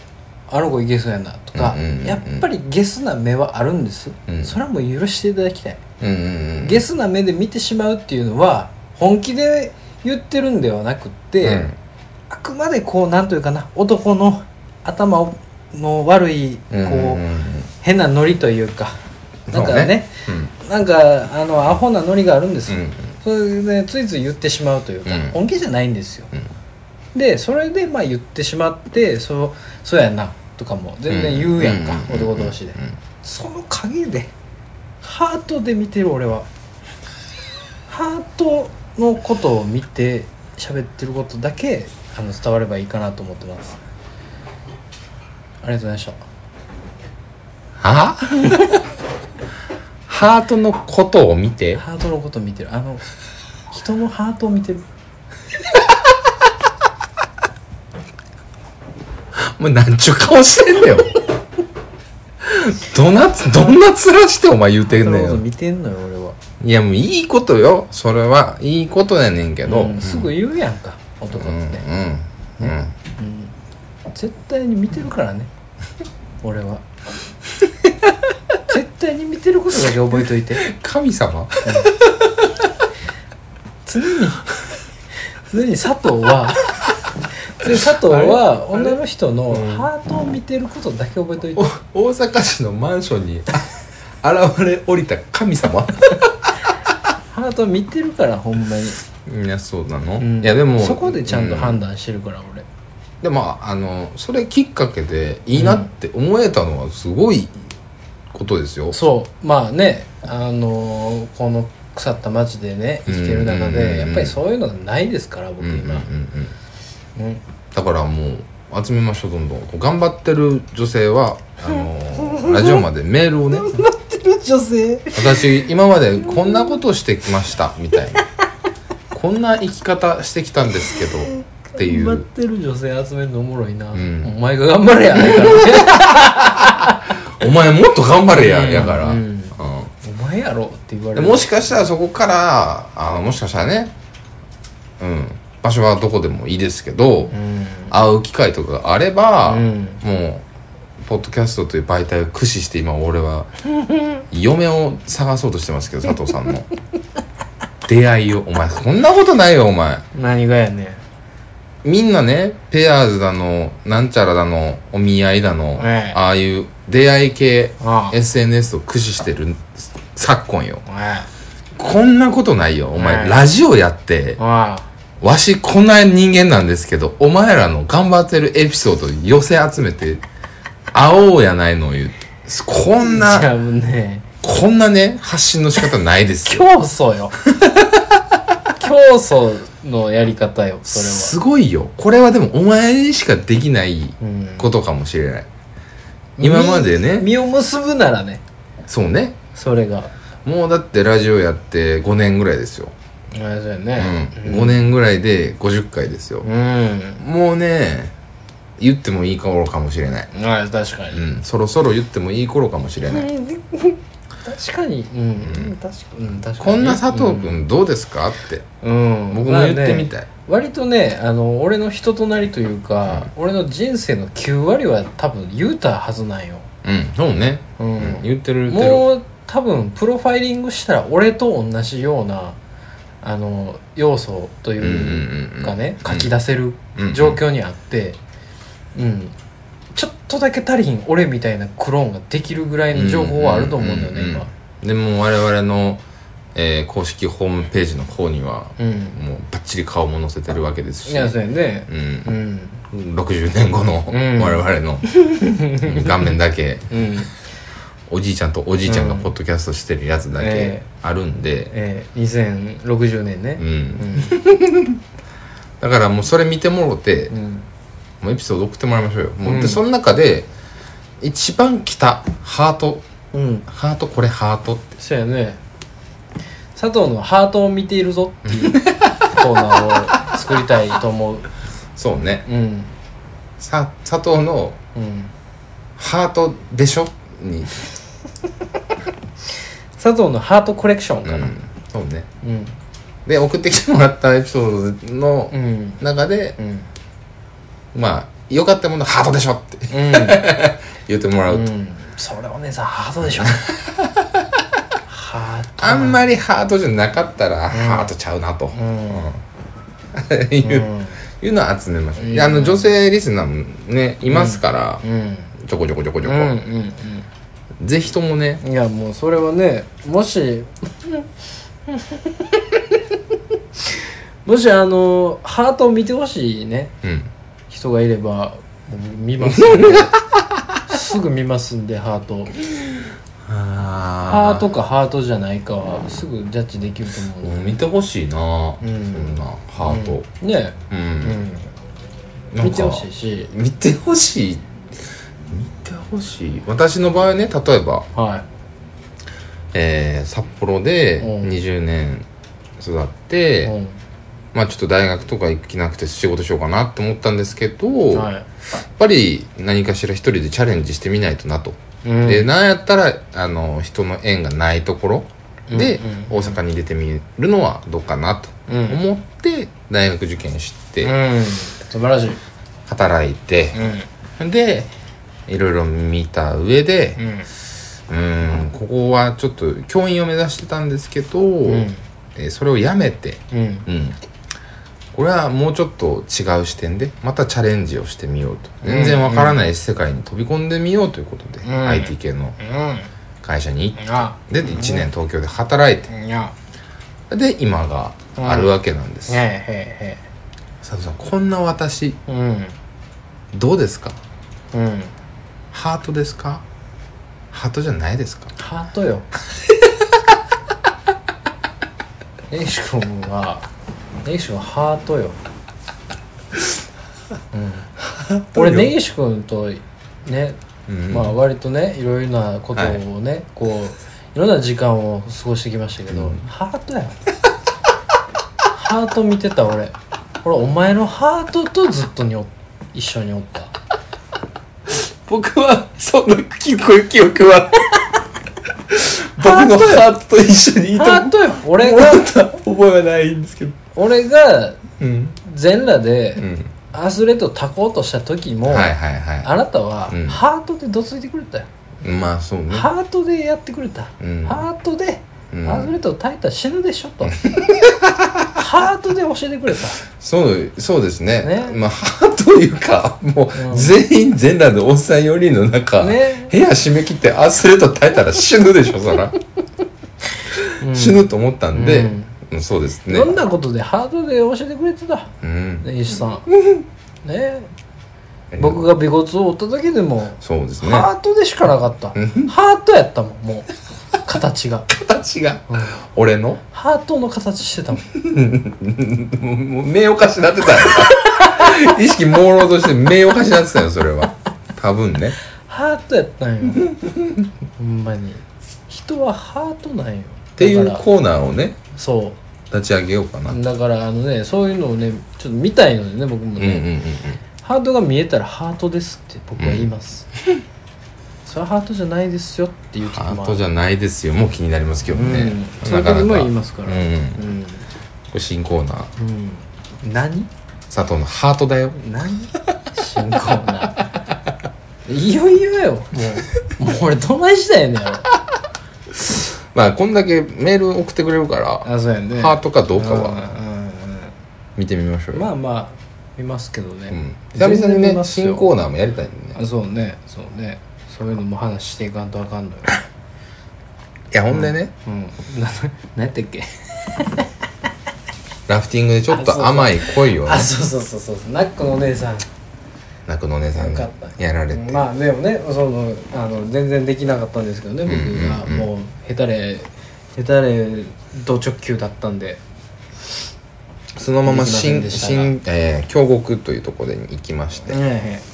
[SPEAKER 1] あの子いけそうやなとか、
[SPEAKER 2] うんうんうんうん
[SPEAKER 1] やっぱりゲスな目はあるんです、
[SPEAKER 2] うん
[SPEAKER 1] それはもう許していただきたい
[SPEAKER 2] うんうんうん
[SPEAKER 1] ゲスな目で見てしまうっていうのは本気で言ってるんではなくって、
[SPEAKER 2] うん
[SPEAKER 1] あくまでこうなんというかな男の頭の悪いこう、
[SPEAKER 2] うんうんうん
[SPEAKER 1] 変なノリというかなんかね
[SPEAKER 2] そうね
[SPEAKER 1] なんかあのアホなノリがあるんです
[SPEAKER 2] うん
[SPEAKER 1] よ、
[SPEAKER 2] うん
[SPEAKER 1] それで、ね、ついつい言ってしまうというか、
[SPEAKER 2] うん
[SPEAKER 1] 本気じゃないんですよ、
[SPEAKER 2] うん
[SPEAKER 1] でそれでまあ言ってしまってそうそうやなとかも全然言うやんか、
[SPEAKER 2] う
[SPEAKER 1] 男同士で、
[SPEAKER 2] うんうん
[SPEAKER 1] その陰でハートで見てる俺はハートのことを見て喋ってることだけあの伝わればいいかなと思ってますありがとうございました
[SPEAKER 2] は <laughs> ハートのことを見て
[SPEAKER 1] ハートのこと見てるあの人のハートを見てる
[SPEAKER 2] もうなんちゅう顔してんねんよどなつどんな面してお前言うて
[SPEAKER 1] 人
[SPEAKER 2] んね
[SPEAKER 1] のこ
[SPEAKER 2] ん
[SPEAKER 1] と
[SPEAKER 2] よ
[SPEAKER 1] 見てんのよ俺はい
[SPEAKER 2] やもういいことよそれはいいことやねんけど、
[SPEAKER 1] うんすぐ言うやんか男って、
[SPEAKER 2] うんうんうん
[SPEAKER 1] うん絶対に見てるからね俺は絶対に見てることだけ覚えといて
[SPEAKER 2] 神様 <laughs>
[SPEAKER 1] 常に常に佐藤 <laughs> は常に佐藤は女の人の
[SPEAKER 2] うん
[SPEAKER 1] ハートを見てることだけ覚えといて
[SPEAKER 2] お大阪市のマンションに <laughs> あ現れ降りた神様
[SPEAKER 1] ハートを見てるからほんまに、
[SPEAKER 2] いやそうなの、
[SPEAKER 1] うん
[SPEAKER 2] いやでも
[SPEAKER 1] そこでちゃんと判
[SPEAKER 2] 断、
[SPEAKER 1] 断してるから俺
[SPEAKER 2] でまああのそれきっかけでいいなって思えたのはすごいことですよ、
[SPEAKER 1] そうまあねあのーこの腐った街でね生きてる中
[SPEAKER 2] うんうんうんうん
[SPEAKER 1] でやっぱりそういうのないですから
[SPEAKER 2] う
[SPEAKER 1] 僕
[SPEAKER 2] んうんうんう
[SPEAKER 1] 今、
[SPEAKER 2] ん
[SPEAKER 1] うん
[SPEAKER 2] だからもう集めましょうどんどんこう頑張ってる女性はあ
[SPEAKER 1] <laughs>
[SPEAKER 2] のラジオまでメールをね
[SPEAKER 1] 女性
[SPEAKER 2] 私今までこんなことしてきましたみたいなこんな生き方してきたんですけどってい
[SPEAKER 1] 頑張っ
[SPEAKER 2] う
[SPEAKER 1] てる女性集めるのおもろいな、
[SPEAKER 2] ん
[SPEAKER 1] お前が頑張れやないからね
[SPEAKER 2] お前もっと頑張れや
[SPEAKER 1] うん
[SPEAKER 2] やから、
[SPEAKER 1] う
[SPEAKER 2] うんん
[SPEAKER 1] <laughs> お前やろって言われ
[SPEAKER 2] で
[SPEAKER 1] る
[SPEAKER 2] もしかしたらそこからあもしかしたらねうん場所はどこでもいいですけ
[SPEAKER 1] う
[SPEAKER 2] ど、
[SPEAKER 1] ん
[SPEAKER 2] 会う機会とかがあれば、
[SPEAKER 1] うん
[SPEAKER 2] もうポッドキャストという媒体を駆使して今俺は <laughs> 嫁を探そうとしてますけど佐藤さんの <laughs> 出会いをお前そんなことないよお前
[SPEAKER 1] 何がやねん
[SPEAKER 2] みんなねペアーズだのなんちゃらだのお見合いだの、
[SPEAKER 1] ええ
[SPEAKER 2] ああいう出会い系
[SPEAKER 1] ああ
[SPEAKER 2] SNS を駆使してる昨今よ
[SPEAKER 1] お前
[SPEAKER 2] こんなことないよお前、
[SPEAKER 1] ええ
[SPEAKER 2] ラジオやって
[SPEAKER 1] ああ
[SPEAKER 2] わしこんな人間なんですけどお前らの頑張ってるエピソード寄せ集めて会おうやないの言うこん
[SPEAKER 1] じゃ
[SPEAKER 2] な
[SPEAKER 1] あもうね
[SPEAKER 2] こんなね発信の仕方ないですよ
[SPEAKER 1] 競争よ競争のやり方よそれは
[SPEAKER 2] すごいよこれはでもお前にしかできない
[SPEAKER 1] うん
[SPEAKER 2] ことかもしれない今までね
[SPEAKER 1] 実を結ぶならね
[SPEAKER 2] そうね
[SPEAKER 1] それが
[SPEAKER 2] もうだってラジオやって5年ぐらいですよ、
[SPEAKER 1] あれだよ
[SPEAKER 2] う
[SPEAKER 1] ね
[SPEAKER 2] ん、5年ぐらいで50回ですよ
[SPEAKER 1] うん
[SPEAKER 2] もうね言ってもいい頃かもしれない、
[SPEAKER 1] あ確か
[SPEAKER 2] う
[SPEAKER 1] に
[SPEAKER 2] ん、そろそろ言ってもいい頃かもしれない
[SPEAKER 1] 確かにうん確かうん確かに
[SPEAKER 2] こんな佐藤君どうですかって
[SPEAKER 1] うん
[SPEAKER 2] 僕も言ってみたい、
[SPEAKER 1] 割とねあの俺の人となりというか俺の人生の9割は多分言うたはずなんよ
[SPEAKER 2] うんそうね、
[SPEAKER 1] う
[SPEAKER 2] うん
[SPEAKER 1] ん
[SPEAKER 2] 言ってる言ってる
[SPEAKER 1] もう多分プロファイリングしたら俺と同じようなあの要素というかね
[SPEAKER 2] うん
[SPEAKER 1] 書き出せる
[SPEAKER 2] うん
[SPEAKER 1] 状況にあってうんちょっとだけ足りひん俺みたいなクローンができるぐらいの情報はあると思うんだよね
[SPEAKER 2] うんうんうん
[SPEAKER 1] 今
[SPEAKER 2] でも我々の、えー公式ホームページの方には
[SPEAKER 1] うん
[SPEAKER 2] もうバッチリ顔も載せてるわけです
[SPEAKER 1] い
[SPEAKER 2] し
[SPEAKER 1] やそうやね
[SPEAKER 2] うん
[SPEAKER 1] うん
[SPEAKER 2] 60年後の
[SPEAKER 1] うん
[SPEAKER 2] 我々の顔面だけ
[SPEAKER 1] うん
[SPEAKER 2] おじいちゃんとおじいちゃんがポッドキャストしてるやつだ
[SPEAKER 1] うん
[SPEAKER 2] け
[SPEAKER 1] え
[SPEAKER 2] あるんで、
[SPEAKER 1] えー2060年ね
[SPEAKER 2] うん、 <laughs> だからもうそれ見てもろて
[SPEAKER 1] うんうん
[SPEAKER 2] もうエピソード送ってもらいましょうよもう
[SPEAKER 1] うん
[SPEAKER 2] でその中で一番来たハート
[SPEAKER 1] うん
[SPEAKER 2] ハートこれハートって
[SPEAKER 1] そうやね佐藤のハートを見ているぞっていうコーナーを作りたいと思う
[SPEAKER 2] そうね
[SPEAKER 1] うん
[SPEAKER 2] さ佐藤の
[SPEAKER 1] うん
[SPEAKER 2] ハートでしょに、
[SPEAKER 1] 佐藤のハートコレクション
[SPEAKER 2] う、
[SPEAKER 1] かなん
[SPEAKER 2] そうね
[SPEAKER 1] うん
[SPEAKER 2] で送ってきてもらったエピソードの
[SPEAKER 1] うん
[SPEAKER 2] 中で
[SPEAKER 1] う、ん
[SPEAKER 2] まあよかったものハートでしょって
[SPEAKER 1] うん
[SPEAKER 2] 言ってもらうと、
[SPEAKER 1] うん、それお姉さんハートでしょハート
[SPEAKER 2] あんま
[SPEAKER 1] り
[SPEAKER 2] りハートじゃなかったら、ハートちゃうなと、
[SPEAKER 1] うん
[SPEAKER 2] <laughs> いうう、
[SPEAKER 1] ん
[SPEAKER 2] いうのを集めましょう、
[SPEAKER 1] うん
[SPEAKER 2] であの女性リスナーもねいますから
[SPEAKER 1] う、ん
[SPEAKER 2] ちょこちょこちょこちょ
[SPEAKER 1] う
[SPEAKER 2] こ、
[SPEAKER 1] ん
[SPEAKER 2] ぜひともね
[SPEAKER 1] うんいやもうそれはねもしもしあのハートを見てほしいね
[SPEAKER 2] うん
[SPEAKER 1] 人がいれば僕見ますんですぐ見ますんでハートハ
[SPEAKER 2] ハ
[SPEAKER 1] ートかハートじゃないかはすぐジャッジできると思うんで
[SPEAKER 2] 見てほしいな、
[SPEAKER 1] うん
[SPEAKER 2] そんなハート
[SPEAKER 1] ね
[SPEAKER 2] うん、
[SPEAKER 1] う、
[SPEAKER 2] なん
[SPEAKER 1] 見
[SPEAKER 2] んか
[SPEAKER 1] てほしいし
[SPEAKER 2] 見てほしい見てほしい私の場合ね例えば、
[SPEAKER 1] は
[SPEAKER 2] えー札幌で
[SPEAKER 1] うん
[SPEAKER 2] 20年育っ
[SPEAKER 1] い、
[SPEAKER 2] て、
[SPEAKER 1] うん
[SPEAKER 2] まあちょっと大学とか行きなくて仕事しようかなって思ったんですけど、
[SPEAKER 1] は
[SPEAKER 2] やっ
[SPEAKER 1] い
[SPEAKER 2] ぱり何かしら一人でチャレンジしてみないとなと、
[SPEAKER 1] うん
[SPEAKER 2] でなんやったらあの人の縁がないところで、
[SPEAKER 1] うんうん
[SPEAKER 2] 大阪に出てみるのはどうかなと
[SPEAKER 1] うん
[SPEAKER 2] 思って大学受験して、
[SPEAKER 1] うん素晴らしい
[SPEAKER 2] 働いて、
[SPEAKER 1] うん
[SPEAKER 2] でいろいろ見た上で、
[SPEAKER 1] うん
[SPEAKER 2] うんここはちょっと教員を目指してたんですけど、
[SPEAKER 1] うん
[SPEAKER 2] えーそれをやめて、
[SPEAKER 1] うん
[SPEAKER 2] うん、これはもうちょっと違う視点でまたチャレンジをしてみようと全然わからない世界に飛び込んでみようということで、
[SPEAKER 1] ん
[SPEAKER 2] IT 系の
[SPEAKER 1] う
[SPEAKER 2] 会社に行
[SPEAKER 1] んあ
[SPEAKER 2] ってで1年東京で働いて
[SPEAKER 1] いや
[SPEAKER 2] で今があるわけなんです、
[SPEAKER 1] へ
[SPEAKER 2] 佐藤さんこんな私
[SPEAKER 1] えへえうん
[SPEAKER 2] どうですか
[SPEAKER 1] うん
[SPEAKER 2] ハートですかハートじゃないですか
[SPEAKER 1] ハートよ <laughs> エイシ君はエイシ君はハートよ、うん、俺ねエイシ君とね、
[SPEAKER 2] うん
[SPEAKER 1] まあ割とねいろいろなことをね、こういろんな時間を過ごしてきましたけど、
[SPEAKER 2] うん
[SPEAKER 1] ハートやん <laughs> ハート見てた俺俺お前のハートとずっとにお一緒におった
[SPEAKER 2] 僕はそんな記憶記 <laughs> 憶は僕のハートと一緒にい
[SPEAKER 1] ハートよ俺が
[SPEAKER 2] <laughs> 覚えはないんですけど
[SPEAKER 1] 俺が
[SPEAKER 2] うん
[SPEAKER 1] 全裸で、
[SPEAKER 2] うん
[SPEAKER 1] アスレとタこうとした時も、
[SPEAKER 2] はいはいは
[SPEAKER 1] あなたは
[SPEAKER 2] うん
[SPEAKER 1] ハートでどついてくれたよ、
[SPEAKER 2] いまあそうね
[SPEAKER 1] ハートでやってくれた、
[SPEAKER 2] うん
[SPEAKER 1] ハートで
[SPEAKER 2] うん
[SPEAKER 1] アスレと耐えたら死ぬでしょ
[SPEAKER 2] <laughs>
[SPEAKER 1] とハートで教えてくれた
[SPEAKER 2] そうそうですね
[SPEAKER 1] ね
[SPEAKER 2] まあハートというかも
[SPEAKER 1] うん
[SPEAKER 2] う全員全裸でおっさん4人の中、
[SPEAKER 1] ね
[SPEAKER 2] 部屋締め切ってアスレート耐えたら死ぬでしょそら、死ぬと思ったんで、うんそうですね
[SPEAKER 1] いろんなことでハートで教えてくれてた
[SPEAKER 2] うん
[SPEAKER 1] ね石
[SPEAKER 2] <laughs>
[SPEAKER 1] さんね僕が尾骨を折った時でも、
[SPEAKER 2] そうですね
[SPEAKER 1] ハートでしかなかった
[SPEAKER 2] うん
[SPEAKER 1] ハートやったもんもう形が、
[SPEAKER 2] 形が
[SPEAKER 1] うん
[SPEAKER 2] 俺の
[SPEAKER 1] ハートの形してたもん
[SPEAKER 2] もうもう目おかしなってたよ <laughs> 意識朦朧として目おかしなってたよそれは多分ね
[SPEAKER 1] ハートやった
[SPEAKER 2] <laughs>
[SPEAKER 1] んよほんまに人はハートなんよ
[SPEAKER 2] っていう
[SPEAKER 1] だから
[SPEAKER 2] コーナーをね
[SPEAKER 1] そ
[SPEAKER 2] 立ち上げようかな、うん、
[SPEAKER 1] うだからあのねそういうのをねちょっと見たいのでね僕も
[SPEAKER 2] うんうん
[SPEAKER 1] ね、ハートが見えたら「ハートです」って僕は言います、それはハートじゃないですよっていう時もあ
[SPEAKER 2] ハ
[SPEAKER 1] る
[SPEAKER 2] ートじゃないですよもう気になりますけど
[SPEAKER 1] うん
[SPEAKER 2] ね、
[SPEAKER 1] そういう時も言いますから
[SPEAKER 2] うんうん
[SPEAKER 1] う
[SPEAKER 2] こ
[SPEAKER 1] ん、
[SPEAKER 2] れ新コーナー
[SPEAKER 1] うん、何
[SPEAKER 2] 佐藤のハートだよ
[SPEAKER 1] 何新コーナ <laughs> ーいよいよよもうもう俺どないしたんやねん俺
[SPEAKER 2] まあこんだけメール送ってくれるから、
[SPEAKER 1] あそうやね
[SPEAKER 2] ハートかど
[SPEAKER 1] と
[SPEAKER 2] うかは
[SPEAKER 1] うんうんうん
[SPEAKER 2] 見てみましょうよ、
[SPEAKER 1] まあまあ見ますけどね、
[SPEAKER 2] うん、久々に
[SPEAKER 1] 全然見
[SPEAKER 2] ね
[SPEAKER 1] ますよ
[SPEAKER 2] 新コーナーもやりたいんでね
[SPEAKER 1] あそうねそうねそういうのも話していかんとあかんのよ
[SPEAKER 2] いやほんでね、
[SPEAKER 1] うんな <laughs> 何やったっけ
[SPEAKER 2] ラフティングでちょっと甘い恋をね
[SPEAKER 1] あそうそうそうそうナックのお姉さん
[SPEAKER 2] 泣くのお姉さん
[SPEAKER 1] よ
[SPEAKER 2] に
[SPEAKER 1] かった
[SPEAKER 2] やられて、
[SPEAKER 1] まあでもねそのあの全然できなかったんですけどね僕が、
[SPEAKER 2] うんうんうん
[SPEAKER 1] もうヘタレヘタレド直球だったんで
[SPEAKER 2] そのまま新
[SPEAKER 1] できません
[SPEAKER 2] 新、えー、京極というところに行きまして、
[SPEAKER 1] え
[SPEAKER 2] えー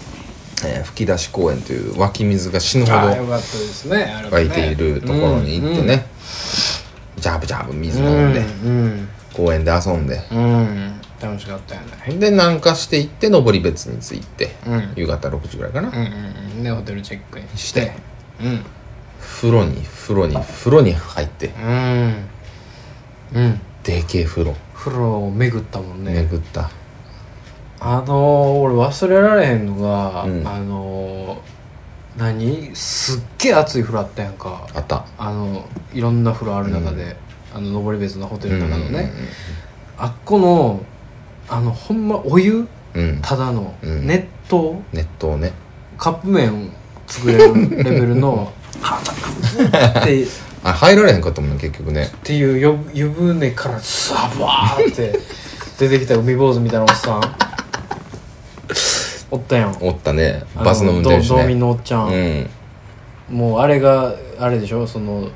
[SPEAKER 2] 吹き出し公園という湧き水が死ぬ
[SPEAKER 1] え
[SPEAKER 2] ほ
[SPEAKER 1] ああよ
[SPEAKER 2] ど
[SPEAKER 1] かったですねあれも
[SPEAKER 2] 湧
[SPEAKER 1] ね
[SPEAKER 2] いているところに行ってね、ジャブジャブ水飲んで、
[SPEAKER 1] うん
[SPEAKER 2] 公園で遊んで、
[SPEAKER 1] うん、うん、楽しかったよね
[SPEAKER 2] で南下していって登別に着いて、
[SPEAKER 1] うん
[SPEAKER 2] 夕方6時ぐらいかな、
[SPEAKER 1] うんうんうんねホテルチェックイン
[SPEAKER 2] して
[SPEAKER 1] うん
[SPEAKER 2] 風呂に風呂に風呂に入って
[SPEAKER 1] うんうん
[SPEAKER 2] でけえ風呂
[SPEAKER 1] 風呂を巡ったもんね
[SPEAKER 2] 巡った、
[SPEAKER 1] あのー、俺忘れられへんのが、
[SPEAKER 2] うん
[SPEAKER 1] あのー、何すっげえ暑い風呂あったやんか
[SPEAKER 2] あった
[SPEAKER 1] あのいろんな風呂ある中で、あの登別のホテルの中のね、
[SPEAKER 2] う
[SPEAKER 1] あっこのあのほんまお湯
[SPEAKER 2] んうんうんうん
[SPEAKER 1] ただの、
[SPEAKER 2] うん
[SPEAKER 1] 熱湯
[SPEAKER 2] 熱湯ね
[SPEAKER 1] カップ麺作れるレベルの <laughs> ハートがって
[SPEAKER 2] あ入られへんかったもんね結局ね
[SPEAKER 1] っていうよ湯船からサバーって出てきた海坊主みたいなおっさんおったやん
[SPEAKER 2] おったねバスの運転手
[SPEAKER 1] 道道民
[SPEAKER 2] ね
[SPEAKER 1] のおっちゃ、
[SPEAKER 2] うんん
[SPEAKER 1] もうあれがあれでしょその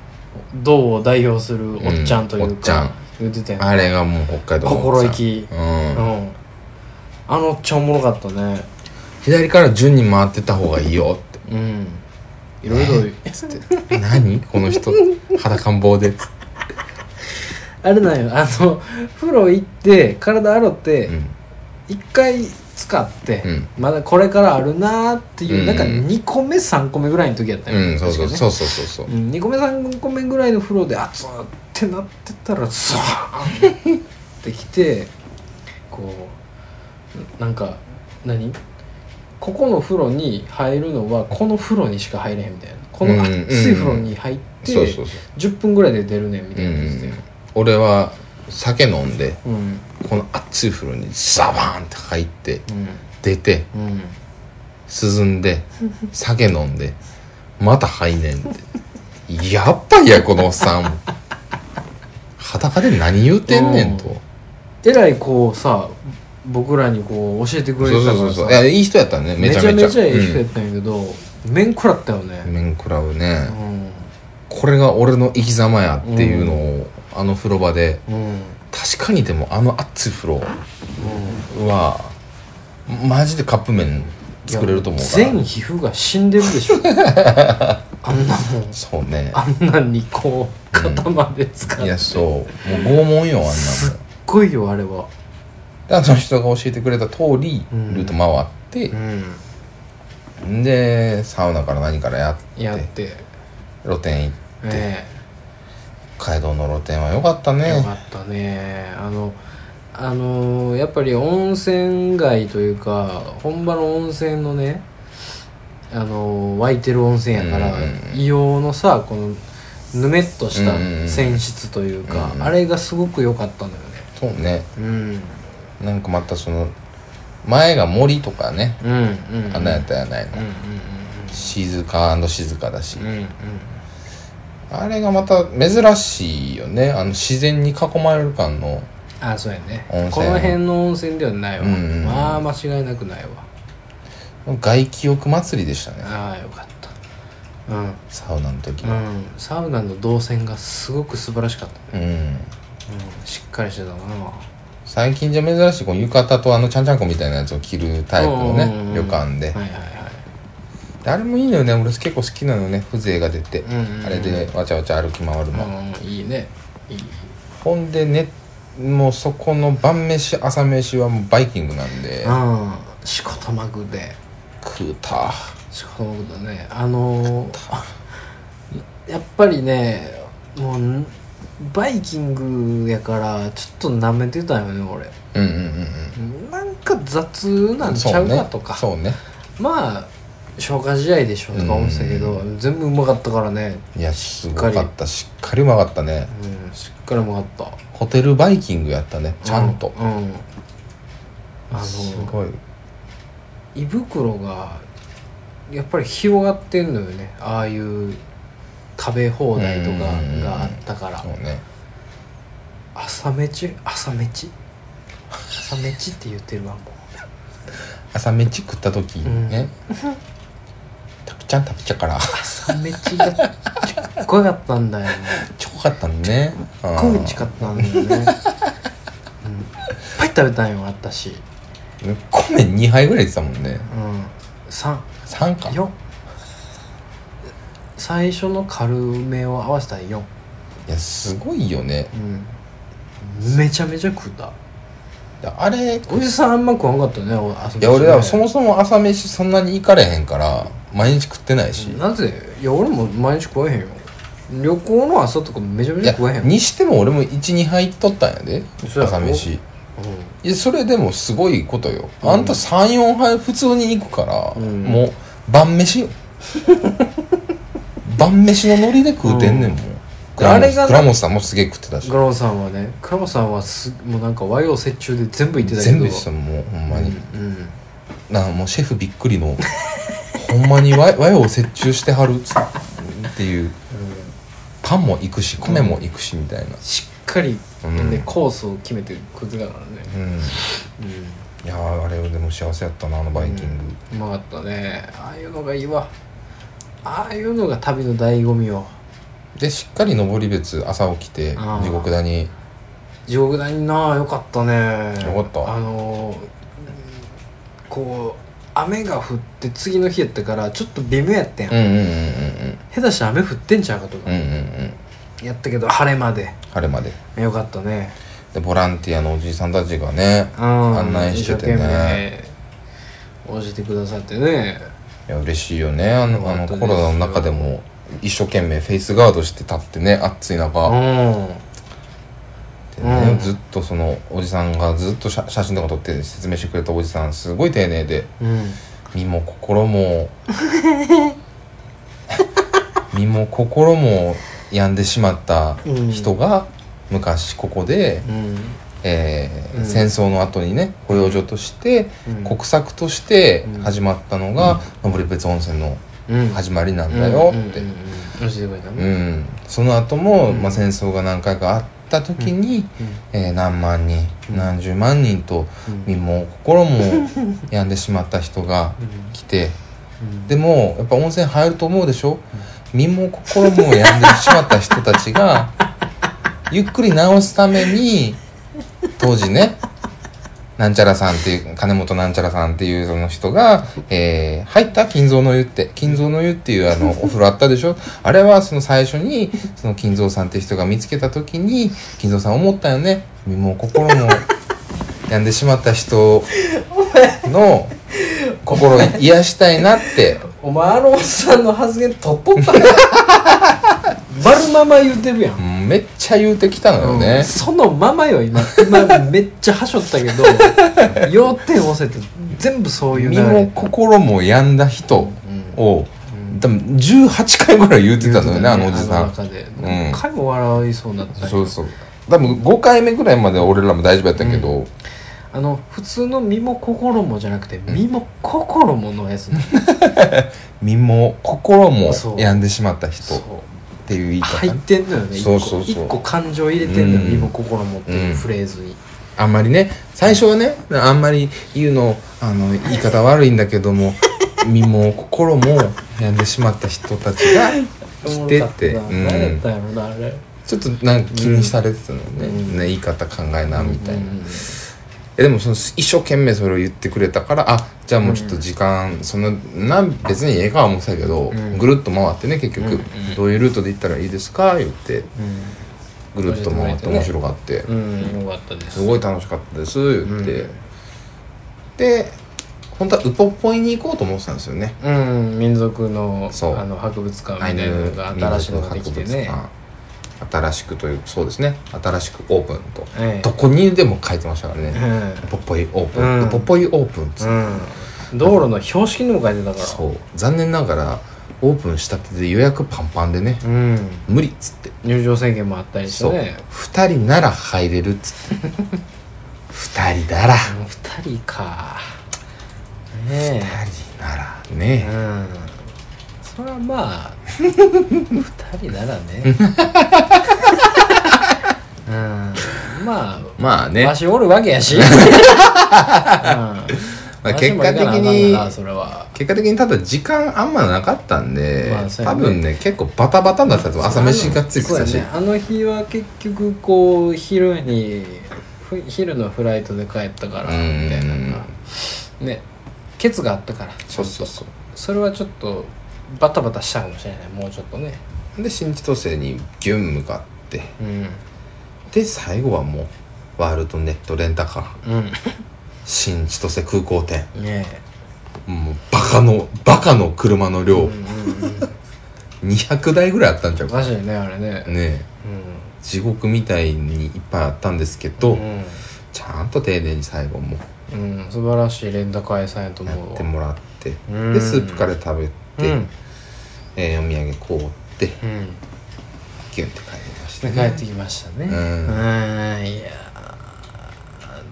[SPEAKER 1] 道を代表するおっちゃんというか、
[SPEAKER 2] うんおっちゃん
[SPEAKER 1] 言ってたやん
[SPEAKER 2] あれがもう北海道の
[SPEAKER 1] 心意気
[SPEAKER 2] う
[SPEAKER 1] うんんあのおっちゃんおもろかったね
[SPEAKER 2] 左から順に回ってった方がいいよっ
[SPEAKER 1] うんいろいろ
[SPEAKER 2] て <laughs> 何この人裸ん坊で
[SPEAKER 1] <laughs> あれなんよあの風呂行って体洗って
[SPEAKER 2] うん
[SPEAKER 1] 一、回使って、
[SPEAKER 2] うん
[SPEAKER 1] まだこれからあるなーっていう、
[SPEAKER 2] うん
[SPEAKER 1] なんか2個目3個目ぐらいの時やったよ、
[SPEAKER 2] うんそうそ
[SPEAKER 1] 確
[SPEAKER 2] う
[SPEAKER 1] かね
[SPEAKER 2] そうそうそうそう
[SPEAKER 1] うん、2個目3個目ぐらいの風呂で熱ってなってたらザーンってきてこうなんか何ここの風呂に入るのはこの風呂にしか入れへんみたいなここの
[SPEAKER 2] うん
[SPEAKER 1] 熱い風呂に入って
[SPEAKER 2] そうそうそ
[SPEAKER 1] 10分ぐらいで出るねんみ
[SPEAKER 2] う、う
[SPEAKER 1] たいな感じで
[SPEAKER 2] ん、俺は酒飲んで
[SPEAKER 1] うんうん
[SPEAKER 2] この熱い風呂にザバーンって入って出て
[SPEAKER 1] うん
[SPEAKER 2] 涼んで酒飲んでまた入んねんってやっぱりやこのおっさん裸で何言うてんねんと、
[SPEAKER 1] うんえらいこうさ僕らにこう教えてく
[SPEAKER 2] そう
[SPEAKER 1] れて
[SPEAKER 2] そ
[SPEAKER 1] た
[SPEAKER 2] う
[SPEAKER 1] か
[SPEAKER 2] そう
[SPEAKER 1] らさ
[SPEAKER 2] そういやいい人やったねめ
[SPEAKER 1] め
[SPEAKER 2] ち
[SPEAKER 1] ち
[SPEAKER 2] ゃ
[SPEAKER 1] ゃ
[SPEAKER 2] めちゃ
[SPEAKER 1] めちゃいい人やったんやけど面食らったよ
[SPEAKER 2] うん
[SPEAKER 1] ね
[SPEAKER 2] 面食らうね、
[SPEAKER 1] うん
[SPEAKER 2] これが俺の生き様やっていうのを、あの風呂場で
[SPEAKER 1] うん
[SPEAKER 2] 確かにでもあの熱い風呂はマジでカップ麺作れると思うから
[SPEAKER 1] 全皮膚が死んでるでしょ <laughs> あんなもん
[SPEAKER 2] そうね
[SPEAKER 1] あんなんにこう
[SPEAKER 2] うん
[SPEAKER 1] 肩まで使って、
[SPEAKER 2] いや
[SPEAKER 1] す
[SPEAKER 2] そうもう拷問よあんなもん
[SPEAKER 1] すっごいよあれは
[SPEAKER 2] であの人が教えてくれた通り
[SPEAKER 1] うん
[SPEAKER 2] ルート回って
[SPEAKER 1] う、ん
[SPEAKER 2] んでサウナから何からやって
[SPEAKER 1] やって
[SPEAKER 2] 露店行っ
[SPEAKER 1] え
[SPEAKER 2] 街道の露店は良かった
[SPEAKER 1] えよ
[SPEAKER 2] ね
[SPEAKER 1] かったねあのあのーやっぱり温泉街というか本場の温泉のねあのー湧いてる温泉やから、
[SPEAKER 2] うんうんうん
[SPEAKER 1] 硫黄のさこのぬめっとした
[SPEAKER 2] うんうんうん
[SPEAKER 1] 泉質というか、
[SPEAKER 2] うんうん
[SPEAKER 1] あれがすごく良かったんだよね
[SPEAKER 2] そうね
[SPEAKER 1] うん
[SPEAKER 2] なんかまたその前が森とかね
[SPEAKER 1] うんうん
[SPEAKER 2] あんなんやったやないの、
[SPEAKER 1] うんうん
[SPEAKER 2] 静か静かだし、
[SPEAKER 1] うんうんうん
[SPEAKER 2] あれがまた珍しいよねあの自然に囲まれる感の
[SPEAKER 1] あそうやね
[SPEAKER 2] 温泉
[SPEAKER 1] この辺の温泉ではないわ、
[SPEAKER 2] うんうんうん
[SPEAKER 1] まあ間違いなくないわ
[SPEAKER 2] 外気浴祭りでしたね
[SPEAKER 1] ああよかったうん
[SPEAKER 2] サウナの時は
[SPEAKER 1] うん、サウナの動線がすごく素晴らしかったね、
[SPEAKER 2] うん、
[SPEAKER 1] うん、しっかりしてたな
[SPEAKER 2] 最近じゃ珍しいこの浴衣とあのちゃんちゃんこみたいなやつを着るタイプの
[SPEAKER 1] うんうんう
[SPEAKER 2] ね
[SPEAKER 1] ん
[SPEAKER 2] 旅館で
[SPEAKER 1] はいはいはい
[SPEAKER 2] であれもいいのよね俺結構好きなのよね風情が出て、
[SPEAKER 1] うんうんうん
[SPEAKER 2] あれでわちゃわちゃ歩き回るの、
[SPEAKER 1] うんいいねいい
[SPEAKER 2] ほんでねもうそこの晩飯朝飯はもうバイキングなんで
[SPEAKER 1] うんしこたまぐで
[SPEAKER 2] 食うた
[SPEAKER 1] しこたまぐだねあのー、 <laughs> やっぱりねもうんバイキングやからちょっと舐めてたよね俺
[SPEAKER 2] うんうんうん
[SPEAKER 1] なんか雑
[SPEAKER 2] う
[SPEAKER 1] なん
[SPEAKER 2] ん
[SPEAKER 1] ちゃうかとか、
[SPEAKER 2] そうね
[SPEAKER 1] まあ消化試合でしょとか思ってたけど、全部うまかったからね
[SPEAKER 2] いやすご
[SPEAKER 1] か
[SPEAKER 2] か
[SPEAKER 1] り
[SPEAKER 2] ったしっかりうまかったね
[SPEAKER 1] うんしっかりうまかった
[SPEAKER 2] ホテルバイキングやったねちゃんと
[SPEAKER 1] う、ん、うんあ
[SPEAKER 2] す
[SPEAKER 1] の
[SPEAKER 2] ごい
[SPEAKER 1] 胃袋がやっぱり広がってんのよねああいう食べ放題とかがあったから
[SPEAKER 2] そうね
[SPEAKER 1] 朝飯朝飯朝飯って言ってるわも
[SPEAKER 2] 朝飯食った時にね、たくちゃんたくちゃか
[SPEAKER 1] う
[SPEAKER 2] ら
[SPEAKER 1] 朝飯がちょっこよかったんだよね
[SPEAKER 2] ちょこかったのねち
[SPEAKER 1] ちょっこよかったんだよね、うん、いっぱい食べたんよあったし、
[SPEAKER 2] 米2杯ぐらい入ってたもんね
[SPEAKER 1] うん、3
[SPEAKER 2] 3か
[SPEAKER 1] 4最初の軽めを合わせたら4
[SPEAKER 2] いやすごいよね
[SPEAKER 1] うんめちゃめちゃ食った
[SPEAKER 2] あれ
[SPEAKER 1] おじさんあんま食わんかったねお朝飯
[SPEAKER 2] いや俺はそもそも朝飯そんなに行かれへんから毎日食ってないし、
[SPEAKER 1] なぜいや俺も毎日食わへんよ旅行の朝とかめちゃめ
[SPEAKER 2] い
[SPEAKER 1] ちゃ
[SPEAKER 2] や
[SPEAKER 1] 食わへん
[SPEAKER 2] にしても俺も12杯行っとったんやで
[SPEAKER 1] そうやろ
[SPEAKER 2] 朝飯
[SPEAKER 1] う
[SPEAKER 2] いやそれでもすごいことよ、
[SPEAKER 1] うん
[SPEAKER 2] あんた34杯普通に行くから、
[SPEAKER 1] うん
[SPEAKER 2] もう晩飯
[SPEAKER 1] <laughs>
[SPEAKER 2] よ晩飯のノリで食うてんねんもん、
[SPEAKER 1] あれがな
[SPEAKER 2] 倉本さんもすげえ食ってた
[SPEAKER 1] ん
[SPEAKER 2] し
[SPEAKER 1] ガロンさんはねクラモさんはすもうなんか和洋折衷で全部言ってたけど
[SPEAKER 2] 全部したもうほんまに、
[SPEAKER 1] うん
[SPEAKER 2] なんかもうシェフびっくりのほんまに和和洋折衷してはるっていうパンも行くし米も行くしみたいな
[SPEAKER 1] しっかり、
[SPEAKER 2] うん
[SPEAKER 1] ねコースを決めて食ってたからね
[SPEAKER 2] うんいやーあれでも幸せやったなあのバイキング、
[SPEAKER 1] うんうまかったねああいうのがいいわああいうのが旅の醍醐味よ
[SPEAKER 2] でしっかり登別朝起きて
[SPEAKER 1] あー
[SPEAKER 2] 地獄谷
[SPEAKER 1] 地獄谷なあよかったね
[SPEAKER 2] よかった
[SPEAKER 1] あのーうんこう雨が降って次の日やったからちょっと微妙やってん、
[SPEAKER 2] うんうんうんうん
[SPEAKER 1] 下手したら雨降ってんちゃうかと
[SPEAKER 2] うんう
[SPEAKER 1] か、
[SPEAKER 2] んうんうん
[SPEAKER 1] やったけど晴れまで
[SPEAKER 2] 晴れまで
[SPEAKER 1] よかったね
[SPEAKER 2] でボランティアのおじいさんたちがね
[SPEAKER 1] うん
[SPEAKER 2] 案内しててね
[SPEAKER 1] 一生懸命教えてくださってね
[SPEAKER 2] いや嬉しいよねあのあ
[SPEAKER 1] よか
[SPEAKER 2] の
[SPEAKER 1] ったです
[SPEAKER 2] コロナの中でも一生懸命フェイスガードして立ってね暑い中、
[SPEAKER 1] う
[SPEAKER 2] でね
[SPEAKER 1] うん
[SPEAKER 2] ずっとそのおじさんがずっと写写真とか撮って説明してくれたおじさんすごい丁
[SPEAKER 1] <laughs>
[SPEAKER 2] 寧で
[SPEAKER 1] んうん
[SPEAKER 2] 身も心も身も心も病んでしまった人が昔ここで、
[SPEAKER 1] うん
[SPEAKER 2] えー
[SPEAKER 1] うん
[SPEAKER 2] 戦争の後にね保養所として
[SPEAKER 1] うん
[SPEAKER 2] 国策として
[SPEAKER 1] うん
[SPEAKER 2] 始まったのが登別温泉の
[SPEAKER 1] うん
[SPEAKER 2] 始まりなんだよって、
[SPEAKER 1] うんうんうんうん教えてくれた
[SPEAKER 2] う
[SPEAKER 1] ね
[SPEAKER 2] ん、その後も、
[SPEAKER 1] うん
[SPEAKER 2] まあ、戦争が何回かあった時に、えー何万人、
[SPEAKER 1] うん
[SPEAKER 2] 何十万人と
[SPEAKER 1] うん
[SPEAKER 2] 身も心
[SPEAKER 1] <laughs>
[SPEAKER 2] も病んでしまった人が
[SPEAKER 1] うん
[SPEAKER 2] 来て
[SPEAKER 1] うん
[SPEAKER 2] でもやっぱ温泉入ると思うでしょ身も心も病んでしまった人たち
[SPEAKER 1] <laughs>
[SPEAKER 2] がゆっくり治すために当時ねなんちゃらさんっていう金本なんちゃらさんっていうその人が「えー入った金蔵の湯」って金蔵の湯っていうあ <laughs> のお風呂あったでしょあれはその最初にその金蔵さんっていう人が見つけた時に金蔵さん思ったよね身も心も病んでしまった人の心を癒したいなって
[SPEAKER 1] お前あのおっさんの発言とっぽ
[SPEAKER 2] <laughs>
[SPEAKER 1] っぱや丸まま言うてるやん
[SPEAKER 2] うんめっちゃ言うてきたのよね、
[SPEAKER 1] うんそのままよ今今めっちゃはしょったけど
[SPEAKER 2] <laughs>
[SPEAKER 1] 要点をせて全部そういう流
[SPEAKER 2] 身
[SPEAKER 1] れ
[SPEAKER 2] も心も病んだ人を、多分18回ぐらい言うてたのよねあのおじさ
[SPEAKER 1] あの
[SPEAKER 2] ん
[SPEAKER 1] 中で
[SPEAKER 2] ん
[SPEAKER 1] 何回も笑いそうになったんよ
[SPEAKER 2] そうそう多分5回目ぐらいまでは俺らも大丈夫やったけど、
[SPEAKER 1] あの普通の身も心もじゃなくて身も心ものやつね
[SPEAKER 2] 身も心も
[SPEAKER 1] そう
[SPEAKER 2] 病んでしまった人
[SPEAKER 1] そ
[SPEAKER 2] っ
[SPEAKER 1] う
[SPEAKER 2] ていう言い方、
[SPEAKER 1] 入ってんのよね一個
[SPEAKER 2] そうそうそう
[SPEAKER 1] 一個感情入れてんのよ
[SPEAKER 2] うん
[SPEAKER 1] 身も心もっていうフレーズに
[SPEAKER 2] あんまりね最初はねあんまり言うのあの言い方悪いんだけ
[SPEAKER 1] <laughs>
[SPEAKER 2] ども身も心も病んでしまかった人たちが来てって、
[SPEAKER 1] おもろかったな何やったんやろなあれ
[SPEAKER 2] ちょっとなんか気にされてたのよね,、
[SPEAKER 1] うん
[SPEAKER 2] ね言い方考えなみたいな、
[SPEAKER 1] うん
[SPEAKER 2] えでもその一生懸命それを言ってくれたからあじゃあもうちょっと時間、そのなん別にええかは思ってたけど、
[SPEAKER 1] うん
[SPEAKER 2] ぐるっと回ってね結局、
[SPEAKER 1] うんうん
[SPEAKER 2] どういうルートで行ったらいいですか言ってぐるっと回
[SPEAKER 1] 教
[SPEAKER 2] って
[SPEAKER 1] えてもらえてね
[SPEAKER 2] 面白がって、
[SPEAKER 1] うんうんよかったです
[SPEAKER 2] すごい楽しかったです言って、
[SPEAKER 1] うん
[SPEAKER 2] で本当はウポポイに行こうと思ってたんですよね
[SPEAKER 1] うん民族の
[SPEAKER 2] そう
[SPEAKER 1] あの博物
[SPEAKER 2] ア
[SPEAKER 1] 館みたいなのが新しいのができてね
[SPEAKER 2] 新しくというそうですね新しくオープンと、
[SPEAKER 1] ええ
[SPEAKER 2] どこにでも書いてましたからね「ウポポイオープン」
[SPEAKER 1] うん
[SPEAKER 2] ウポポイオープン」っつって
[SPEAKER 1] うんうん道路の標識にも書いてたから
[SPEAKER 2] そう残念ながらオープンしたてで予約パンパンでね
[SPEAKER 1] うん
[SPEAKER 2] 無理っつって
[SPEAKER 1] 入場制限もあったりして
[SPEAKER 2] そう
[SPEAKER 1] ね
[SPEAKER 2] 2人なら入れるっつって
[SPEAKER 1] <laughs>
[SPEAKER 2] 2人なら
[SPEAKER 1] あの二人かね
[SPEAKER 2] 2人なら
[SPEAKER 1] えう
[SPEAKER 2] ね
[SPEAKER 1] んそれはまあ二人ならねうんまあ
[SPEAKER 2] まあね
[SPEAKER 1] わしおるわけや
[SPEAKER 2] <laughs>
[SPEAKER 1] し、うんわし
[SPEAKER 2] 結
[SPEAKER 1] も
[SPEAKER 2] 果
[SPEAKER 1] 行か
[SPEAKER 2] 的
[SPEAKER 1] なあかん
[SPEAKER 2] に
[SPEAKER 1] からそれは
[SPEAKER 2] 結果的にただ時間あんまなかったんで、
[SPEAKER 1] まあそうや
[SPEAKER 2] 多
[SPEAKER 1] ね
[SPEAKER 2] 分ね結構バタバタになってたと思う朝飯がっつり
[SPEAKER 1] そ
[SPEAKER 2] 食
[SPEAKER 1] う
[SPEAKER 2] っ
[SPEAKER 1] や
[SPEAKER 2] たし、
[SPEAKER 1] ねあの日は結局こう昼にふ昼のフライトで帰ったからみたいなのがねケツがあったから
[SPEAKER 2] そうそうそう
[SPEAKER 1] それはちょっとバタバタしたかもしれないもうちょっとね
[SPEAKER 2] で新千歳にギュン向かって
[SPEAKER 1] うん
[SPEAKER 2] で最後はもうワールドネットレンタカー
[SPEAKER 1] う
[SPEAKER 2] 新千歳空港店
[SPEAKER 1] ん <laughs> ね
[SPEAKER 2] もうバカのバカの車の
[SPEAKER 1] え
[SPEAKER 2] 量、
[SPEAKER 1] うんうんうん
[SPEAKER 2] 200台ぐらいあったんちゃうか
[SPEAKER 1] 確かにねあれね
[SPEAKER 2] ねえ
[SPEAKER 1] うん
[SPEAKER 2] 地獄みたいにいっぱいあったんですけど、
[SPEAKER 1] うん
[SPEAKER 2] ちゃんと丁寧に最後も
[SPEAKER 1] うん素晴らしい連打会さんやと
[SPEAKER 2] や
[SPEAKER 1] 思う
[SPEAKER 2] っ
[SPEAKER 1] わ
[SPEAKER 2] てもらって
[SPEAKER 1] うん
[SPEAKER 2] でスープカレー食べ
[SPEAKER 1] う
[SPEAKER 2] て、
[SPEAKER 1] ん
[SPEAKER 2] えーお土産こうって
[SPEAKER 1] うん
[SPEAKER 2] ギュンって帰りました
[SPEAKER 1] で
[SPEAKER 2] ね
[SPEAKER 1] 帰ってきましたね
[SPEAKER 2] う
[SPEAKER 1] うんんいやあ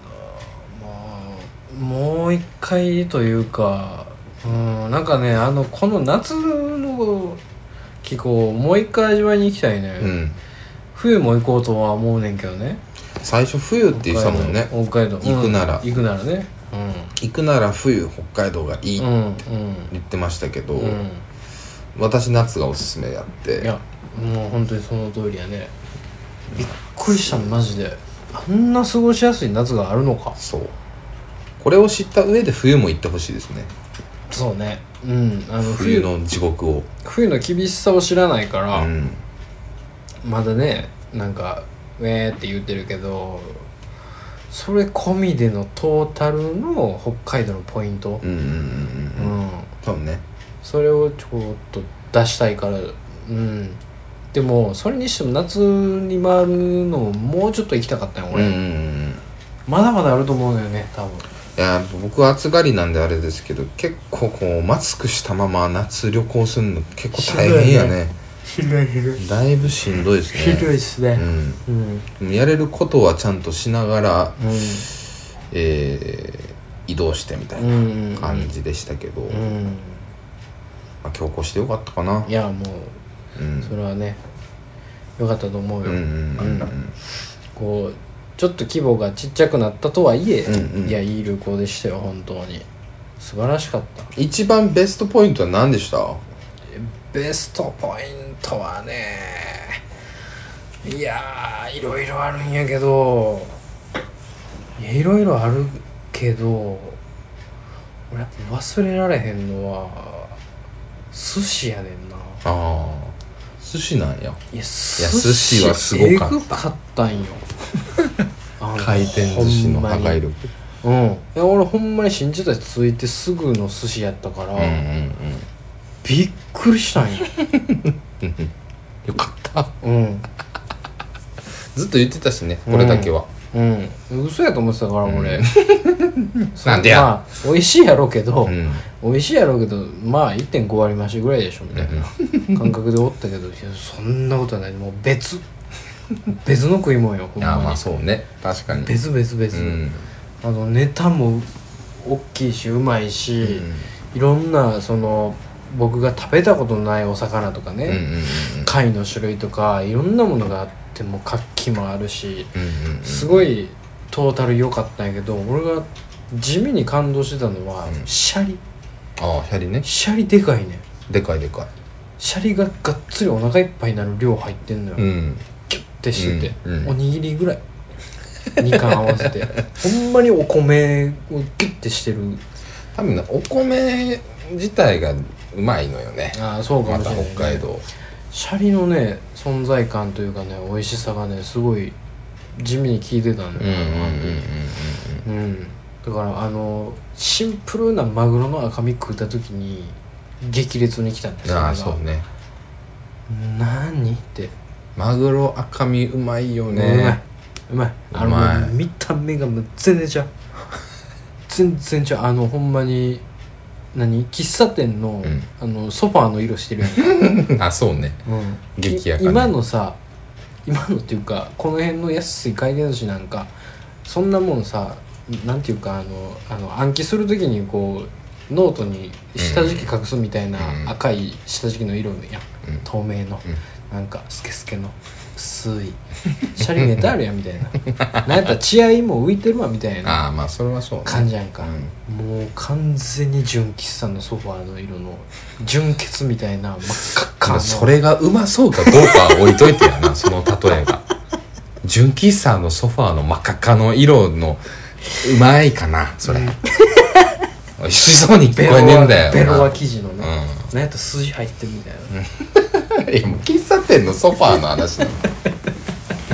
[SPEAKER 1] のもうもう一回というかうんなんかねあのこの夏の気候をもう一回味わいに行きたいね、
[SPEAKER 2] うん、
[SPEAKER 1] 冬も行こうとは思うねんけどね
[SPEAKER 2] 最初冬って言ってたもんね
[SPEAKER 1] 北海道北海道
[SPEAKER 2] 行くなら
[SPEAKER 1] うん行くならね
[SPEAKER 2] 行くなら冬北海道がいいっ
[SPEAKER 1] うん
[SPEAKER 2] て
[SPEAKER 1] うん
[SPEAKER 2] 言ってましたけど、
[SPEAKER 1] うんうん
[SPEAKER 2] 私夏がおすすめやって
[SPEAKER 1] いやもう本当にその通りやねびっくりしたマジであんな過ごしやすい夏があるのか
[SPEAKER 2] そうこれを知った上で冬も行ってほしいですね
[SPEAKER 1] そうねうんあの
[SPEAKER 2] 冬
[SPEAKER 1] 冬の
[SPEAKER 2] の地獄を、
[SPEAKER 1] 冬の厳しさを知らないか
[SPEAKER 2] う
[SPEAKER 1] ら、
[SPEAKER 2] ん、
[SPEAKER 1] まだねなんか「ウェー」って言ってるけどそれ込みでのトータルの北海道のポイント
[SPEAKER 2] うんうんうん
[SPEAKER 1] う
[SPEAKER 2] うんうん
[SPEAKER 1] ん、
[SPEAKER 2] そうね
[SPEAKER 1] それをちょっと出したいからうんでもそれにしても夏に回るのももうちょっと行きたかったよ
[SPEAKER 2] うんう
[SPEAKER 1] 俺、
[SPEAKER 2] んうんうん
[SPEAKER 1] まだまだあると思うのよね多分
[SPEAKER 2] いや僕は暑がりなんであれですけど結構こうマスクしたまま夏旅行するの結構大変やね
[SPEAKER 1] ひどいひどい
[SPEAKER 2] だいぶしんどいですね
[SPEAKER 1] ひどいっすねうん
[SPEAKER 2] うんやれることはちゃんとしながら、
[SPEAKER 1] う
[SPEAKER 2] えー移動してみたいなん感じでしたけど、
[SPEAKER 1] う
[SPEAKER 2] ま
[SPEAKER 1] ん
[SPEAKER 2] あ、強行してよかったかない
[SPEAKER 1] やも
[SPEAKER 2] うん
[SPEAKER 1] うそれはねよかったと思う
[SPEAKER 2] うんう
[SPEAKER 1] よ、
[SPEAKER 2] んうん
[SPEAKER 1] こうちょっと規模がちっちゃくなったとはいえ、
[SPEAKER 2] うんうん
[SPEAKER 1] いやいい旅行でしたよ本当に素晴らしかった
[SPEAKER 2] 一番ベストポイントは何でした
[SPEAKER 1] ベストポイントはねいやーいろいろあるんやけどいやいろいろあるけど俺やっぱ忘れられへんのは寿司やねんな
[SPEAKER 2] ああ寿司なん
[SPEAKER 1] い
[SPEAKER 2] や
[SPEAKER 1] や寿
[SPEAKER 2] 寿司はすごかった
[SPEAKER 1] えぐかった
[SPEAKER 2] <laughs>
[SPEAKER 1] んよあの
[SPEAKER 2] 回転寿司の
[SPEAKER 1] ほんま
[SPEAKER 2] 破
[SPEAKER 1] に
[SPEAKER 2] 壊力
[SPEAKER 1] うんいや俺ほんまに新時代ついてすぐの寿司やったから、
[SPEAKER 2] うんうんうん
[SPEAKER 1] びっくりしたんよ
[SPEAKER 2] よかった
[SPEAKER 1] うん
[SPEAKER 2] ずっと言ってたしねこれだけは、
[SPEAKER 1] うん嘘やと思ってたから俺、そう
[SPEAKER 2] <laughs> なんでや
[SPEAKER 1] まあ美味しいやろうけど、
[SPEAKER 2] うん
[SPEAKER 1] 美味しいやろうけどまあ1.5割増しぐらいでしょみたいな感覚でおったけどいやそんなことはないもう別別の食い物よほん
[SPEAKER 2] ああま
[SPEAKER 1] ま
[SPEAKER 2] あそうね確かに
[SPEAKER 1] に別別別、
[SPEAKER 2] うん
[SPEAKER 1] あのネタも大きいしうまいし、いろんなその僕が食べたことのないお魚とか
[SPEAKER 2] うんうんうん
[SPEAKER 1] ね、貝の種類とかいろんなものがあってもう活気もあるし
[SPEAKER 2] うんうんうん
[SPEAKER 1] すごいトータル良かったんやけど俺が地味に感動してたのは、
[SPEAKER 2] うん
[SPEAKER 1] シャリ
[SPEAKER 2] ああシャリね
[SPEAKER 1] シャリでかいねん
[SPEAKER 2] でかいでか
[SPEAKER 1] シャリががっつりお腹いっぱいになる量入ってんのよ、
[SPEAKER 2] いうん
[SPEAKER 1] キュッてしてて、
[SPEAKER 2] うんうん
[SPEAKER 1] おにぎりぐらい2貫合わせ
[SPEAKER 2] <laughs>
[SPEAKER 1] てほんまにお米をギュッてしてる
[SPEAKER 2] 多分ねお米自体がうまいのよね
[SPEAKER 1] ああそうか
[SPEAKER 2] ま
[SPEAKER 1] もしたれない、
[SPEAKER 2] 北海道
[SPEAKER 1] シャリのね存在感というかね美味しさがねすごい地味に効いてたんだ
[SPEAKER 2] うん
[SPEAKER 1] よ
[SPEAKER 2] うんうん
[SPEAKER 1] うん、だからあのシンプルなマグロの赤身食った時に激烈に来たんで
[SPEAKER 2] う
[SPEAKER 1] す
[SPEAKER 2] ん
[SPEAKER 1] よ
[SPEAKER 2] ああそうね
[SPEAKER 1] 何って
[SPEAKER 2] マグロ赤身うまいよ
[SPEAKER 1] う
[SPEAKER 2] ね
[SPEAKER 1] まいうまいあの
[SPEAKER 2] うまい
[SPEAKER 1] 見た目がもう全然ちゃう全然ちゃうあのほんまに何喫茶店の,、
[SPEAKER 2] うん
[SPEAKER 1] あのソファーの色してるやん
[SPEAKER 2] <laughs> あそうね
[SPEAKER 1] うん
[SPEAKER 2] 激やか
[SPEAKER 1] い
[SPEAKER 2] ね
[SPEAKER 1] 今のさ今のっていうかこの辺の安い回転寿司なんかそんなもんさなんていうかあのあの暗記するときにこうノートに下敷き隠すみたいな
[SPEAKER 2] うん
[SPEAKER 1] 赤い下敷きの色やん、
[SPEAKER 2] うん
[SPEAKER 1] 透明の、なんかスケスケの薄いシャリネタあるやんみたい
[SPEAKER 2] <laughs>
[SPEAKER 1] ななんやったら血合いも浮いてるわみたいな
[SPEAKER 2] ああまあそれはそうね
[SPEAKER 1] 感じやんか、
[SPEAKER 2] う
[SPEAKER 1] もう完全に純喫茶のソファーの色の純血みたいな真っ赤っかの
[SPEAKER 2] それがうまそうかどうかは置いといてやなその例えが純喫茶のソファーの真っ赤っかの色のうまいかなそれ美味しそうに聞
[SPEAKER 1] ベロ
[SPEAKER 2] こえねえんだよ
[SPEAKER 1] は
[SPEAKER 2] な
[SPEAKER 1] ベロは生地のね、
[SPEAKER 2] う
[SPEAKER 1] なんやったら筋入ってるみたいな、
[SPEAKER 2] んいやもう喫茶店のソファーの話なの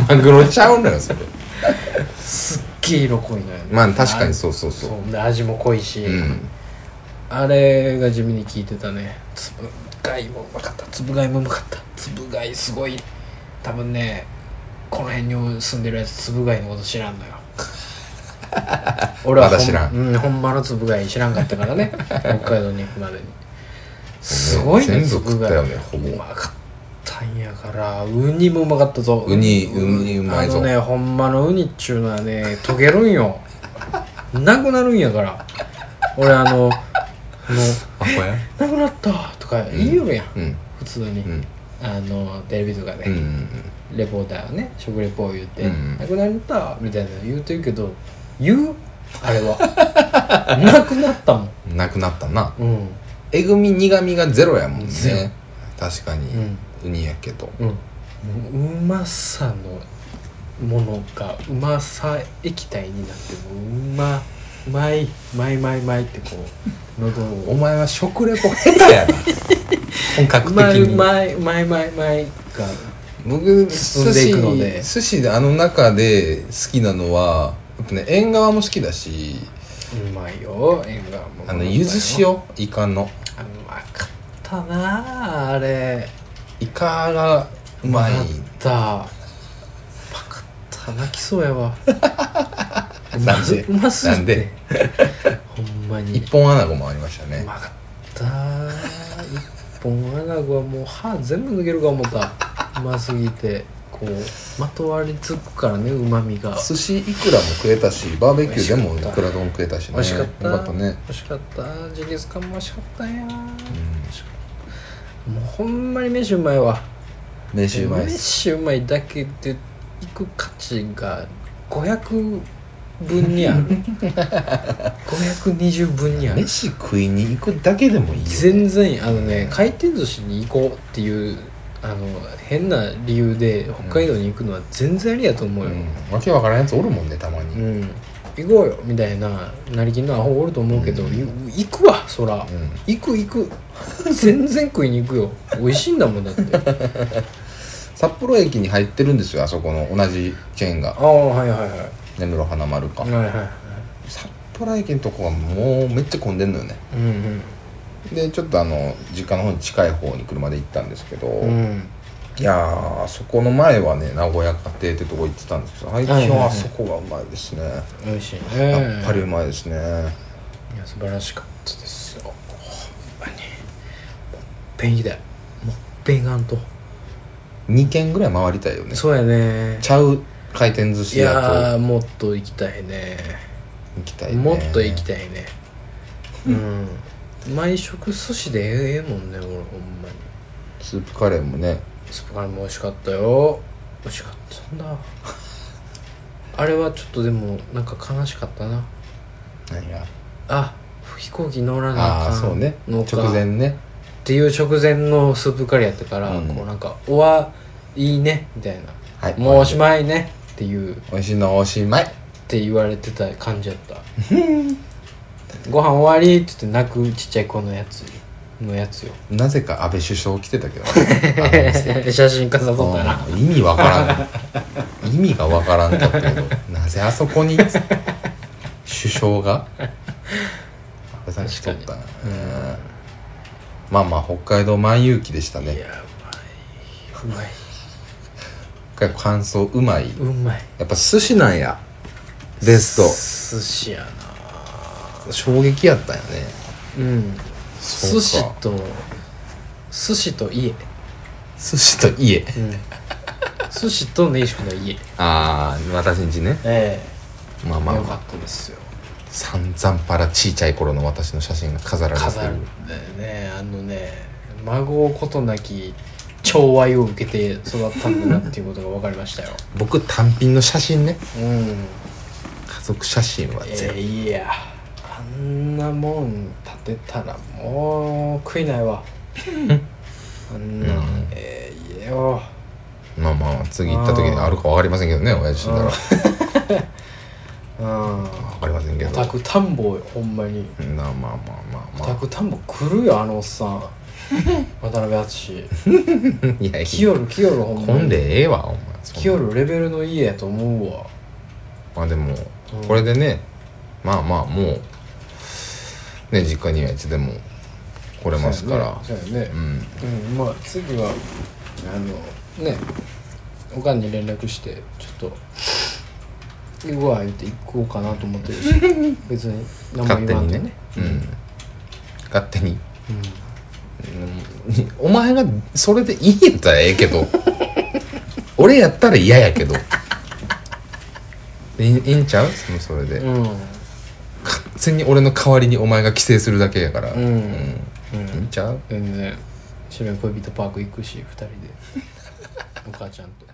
[SPEAKER 2] マグロちゃうのよそれ
[SPEAKER 1] すっげえ色濃いのよね
[SPEAKER 2] まあ確かにそうそうそう
[SPEAKER 1] そうで味も濃いし、
[SPEAKER 2] うん
[SPEAKER 1] あれが地味に効いてたね粒貝もうまかった粒貝もうまかった粒貝すごい多分ねこの辺に住んでるやつ粒貝のこと知らんの
[SPEAKER 2] <laughs>
[SPEAKER 1] よ俺はほ
[SPEAKER 2] まだ知らん
[SPEAKER 1] うん、ほんまの粒貝知らんかったから
[SPEAKER 2] <laughs>
[SPEAKER 1] ね北海道に行くまでにすごいね
[SPEAKER 2] 全部食ったよね
[SPEAKER 1] 粒貝うまかったんやからウニもうまかったぞ
[SPEAKER 2] ウニウニうまいぞ
[SPEAKER 1] あのねほんまのウニっちゅうのはね溶けるんよ <laughs> なくなるんやから俺あの「もう
[SPEAKER 2] あほや
[SPEAKER 1] なくなった」とか言いよるやん、
[SPEAKER 2] うん
[SPEAKER 1] 普通に、
[SPEAKER 2] うん
[SPEAKER 1] あのテレビとか
[SPEAKER 2] うんう
[SPEAKER 1] で、レ
[SPEAKER 2] ん
[SPEAKER 1] ポーターがね食レポを言って「
[SPEAKER 2] うん
[SPEAKER 1] なくなった」みたいなの言うてるけど言うあれは <laughs> なくなったもん
[SPEAKER 2] うんなくなったな
[SPEAKER 1] うん
[SPEAKER 2] えぐみ苦みがゼロやもん
[SPEAKER 1] ゼロ
[SPEAKER 2] ね確かに、
[SPEAKER 1] うん
[SPEAKER 2] ウニやけど
[SPEAKER 1] うんうまさのものがうまさ液体になってもううまうまいうまいうまいうまいってこう喉
[SPEAKER 2] お
[SPEAKER 1] を
[SPEAKER 2] 前は食レポ下手やな本格
[SPEAKER 1] う
[SPEAKER 2] 的
[SPEAKER 1] まいう
[SPEAKER 2] に
[SPEAKER 1] まいうまいうまいうまいが
[SPEAKER 2] 僕
[SPEAKER 1] 進
[SPEAKER 2] 寿
[SPEAKER 1] んでい
[SPEAKER 2] 司
[SPEAKER 1] くので
[SPEAKER 2] 寿司であの中で好きなのはやっぱね縁側も好きだし
[SPEAKER 1] うまいよ縁側も
[SPEAKER 2] あのゆず塩イカの
[SPEAKER 1] あうまかったなああれ
[SPEAKER 2] イカがうまい
[SPEAKER 1] あったうまかった泣きそうやわうま
[SPEAKER 2] なんで
[SPEAKER 1] うますぎて
[SPEAKER 2] なんで
[SPEAKER 1] ほんまに
[SPEAKER 2] 一本穴子もありました
[SPEAKER 1] う
[SPEAKER 2] ね
[SPEAKER 1] まかったーボンアナゴはもう歯全部抜けるか思ったうますぎてこうまとわりつくからねうまみが
[SPEAKER 2] 寿司いくらも食えたしバーベキューでもいくら丼食えたしね
[SPEAKER 1] 美味しかった
[SPEAKER 2] よかったね
[SPEAKER 1] 美味しかったジンギスカンも美味しかったんやもうほんまに飯うまいわ
[SPEAKER 2] 飯うまいっす
[SPEAKER 1] 飯うまいだけで行く価値が500分にあ
[SPEAKER 2] <laughs>
[SPEAKER 1] る520分にある
[SPEAKER 2] 飯食いに行くだけでもいいよね
[SPEAKER 1] 全然あのね回転寿司に行こうっていうあの変な理由で北海道に行くのは全然ありやと思うよ、
[SPEAKER 2] うん、わけわからんやつおるもんねたまに、
[SPEAKER 1] う
[SPEAKER 2] うん
[SPEAKER 1] ん、行こうよみたいななりきりのアホおると思うけど、い行くわそら、行く行く全然食いに行くよ美味しいんだもんだってあ
[SPEAKER 2] 札幌駅に入ってるんですよあそこの同じチェーンが
[SPEAKER 1] <laughs> あはいはいはい
[SPEAKER 2] 根室花丸か、
[SPEAKER 1] はいはいはい
[SPEAKER 2] 札幌駅のとこはもうめっちゃ混んでんのよね
[SPEAKER 1] うん
[SPEAKER 2] でちょっとあの実家の方に近い方に車で行ったんですけど、
[SPEAKER 1] うんうん
[SPEAKER 2] いやーそこの前はね名古屋家庭ってとこ行ってたんですけど最
[SPEAKER 1] はい
[SPEAKER 2] 近
[SPEAKER 1] はいは
[SPEAKER 2] はいそこがうまいですね、
[SPEAKER 1] 美味しいね
[SPEAKER 2] やっぱりうまいですね、
[SPEAKER 1] いや素晴らしかったですよほんまにもっぺん行きたいもっぺん行かんと
[SPEAKER 2] 2軒ぐらい回りたいよね
[SPEAKER 1] そうやね
[SPEAKER 2] ちゃう回転寿
[SPEAKER 1] い
[SPEAKER 2] 司
[SPEAKER 1] や
[SPEAKER 2] 屋
[SPEAKER 1] ーもっと行きたいね
[SPEAKER 2] と行きたいね
[SPEAKER 1] もっと行きたいねうん毎食寿司でええもんね俺ほんまに
[SPEAKER 2] スープカレーもね
[SPEAKER 1] スパカも美味しかったよ美味しかったん
[SPEAKER 2] <laughs>
[SPEAKER 1] だあれはちょっとでもなんか悲しかったな
[SPEAKER 2] 何が
[SPEAKER 1] あ飛行機乗らな
[SPEAKER 2] あ
[SPEAKER 1] あ
[SPEAKER 2] あ
[SPEAKER 1] かん
[SPEAKER 2] そうね
[SPEAKER 1] の
[SPEAKER 2] 直
[SPEAKER 1] か
[SPEAKER 2] 前ね
[SPEAKER 1] っていう直前のスープカレーやったから、
[SPEAKER 2] うん
[SPEAKER 1] こうなんか「おわいいね」みたいな「
[SPEAKER 2] はい
[SPEAKER 1] もうおしまいね」っていうっ
[SPEAKER 2] 美味しいのおしまい
[SPEAKER 1] て言われてた感じやった「ご飯終わり」って言って泣くちっちゃい子のやつのやつよ
[SPEAKER 2] なぜか安倍首相来てたけどね
[SPEAKER 1] <laughs> 写真飾っ
[SPEAKER 2] あの
[SPEAKER 1] とったな
[SPEAKER 2] あの意味わからん意味がわからんかったけどなぜあそこに首相が安倍さん来とったなうんまあまあ北海道万有期でした
[SPEAKER 1] い
[SPEAKER 2] ね
[SPEAKER 1] やうまいう
[SPEAKER 2] 北海道感想うまい
[SPEAKER 1] まいうまい
[SPEAKER 2] やっぱ寿司なんやベス
[SPEAKER 1] 寿司やな
[SPEAKER 2] ト衝撃やったよね
[SPEAKER 1] うん
[SPEAKER 2] そう
[SPEAKER 1] 寿
[SPEAKER 2] か
[SPEAKER 1] 司と寿司と家、
[SPEAKER 2] 寿司と家
[SPEAKER 1] うん、 <laughs> 寿司とネイシクの家
[SPEAKER 2] ああ私んちね
[SPEAKER 1] え
[SPEAKER 2] まあ
[SPEAKER 1] え
[SPEAKER 2] まあ
[SPEAKER 1] よ
[SPEAKER 2] ま
[SPEAKER 1] か
[SPEAKER 2] あ
[SPEAKER 1] ったですよ
[SPEAKER 2] 散々パラちいちゃい頃の私の写真が飾られて
[SPEAKER 1] 飾る
[SPEAKER 2] る
[SPEAKER 1] んだよねあのね孫をことなき寵愛を受けて育ったんだなっていうことが分かりましたよ
[SPEAKER 2] 僕単品の写真ね
[SPEAKER 1] うん
[SPEAKER 2] 家族写真は
[SPEAKER 1] え
[SPEAKER 2] 全
[SPEAKER 1] ー、いやあんなもん建てたらもう食いないわあんな、
[SPEAKER 2] うん
[SPEAKER 1] ええ家よ
[SPEAKER 2] 部、まあまあ次行った時にあるか分かりませんけどね親父死んだら
[SPEAKER 1] うんう
[SPEAKER 2] 分
[SPEAKER 1] ん
[SPEAKER 2] かりませんけ
[SPEAKER 1] オ
[SPEAKER 2] ど
[SPEAKER 1] タク田んぼよほんまに
[SPEAKER 2] うんまあまあまあ
[SPEAKER 1] オ
[SPEAKER 2] まあ
[SPEAKER 1] タ
[SPEAKER 2] ま
[SPEAKER 1] ク田んぼ来るよあのおっさ
[SPEAKER 2] <laughs>
[SPEAKER 1] ん渡辺淳
[SPEAKER 2] あ <laughs> いやい
[SPEAKER 1] き
[SPEAKER 2] や
[SPEAKER 1] よるきよるほんま
[SPEAKER 2] 混ん
[SPEAKER 1] に
[SPEAKER 2] でええわお前そんな
[SPEAKER 1] きよるレベルの家やと思うわ
[SPEAKER 2] まあでも
[SPEAKER 1] うん
[SPEAKER 2] これでねまあまあもうね実家にはいつでも来れますから
[SPEAKER 1] そうやねそうやね
[SPEAKER 2] うん
[SPEAKER 1] うんまあ次はあのねおかんに連絡してちょっと行くわ言って行こうかなと思ってる <laughs> し別に何も
[SPEAKER 2] 勝手
[SPEAKER 1] 言わん
[SPEAKER 2] に
[SPEAKER 1] と
[SPEAKER 2] ね
[SPEAKER 1] ね
[SPEAKER 2] うん勝手に
[SPEAKER 1] うん
[SPEAKER 2] うんお前がそれでいいんやったらええけど <laughs> 俺やったら嫌やけどいいいいんちゃうそのそれで、
[SPEAKER 1] うん
[SPEAKER 2] 完全に俺の代わりにお前が帰省するだけやから、
[SPEAKER 1] うん
[SPEAKER 2] うんいいんちゃう
[SPEAKER 1] 全然白い恋人パーク行くし2人でお母ちゃんと。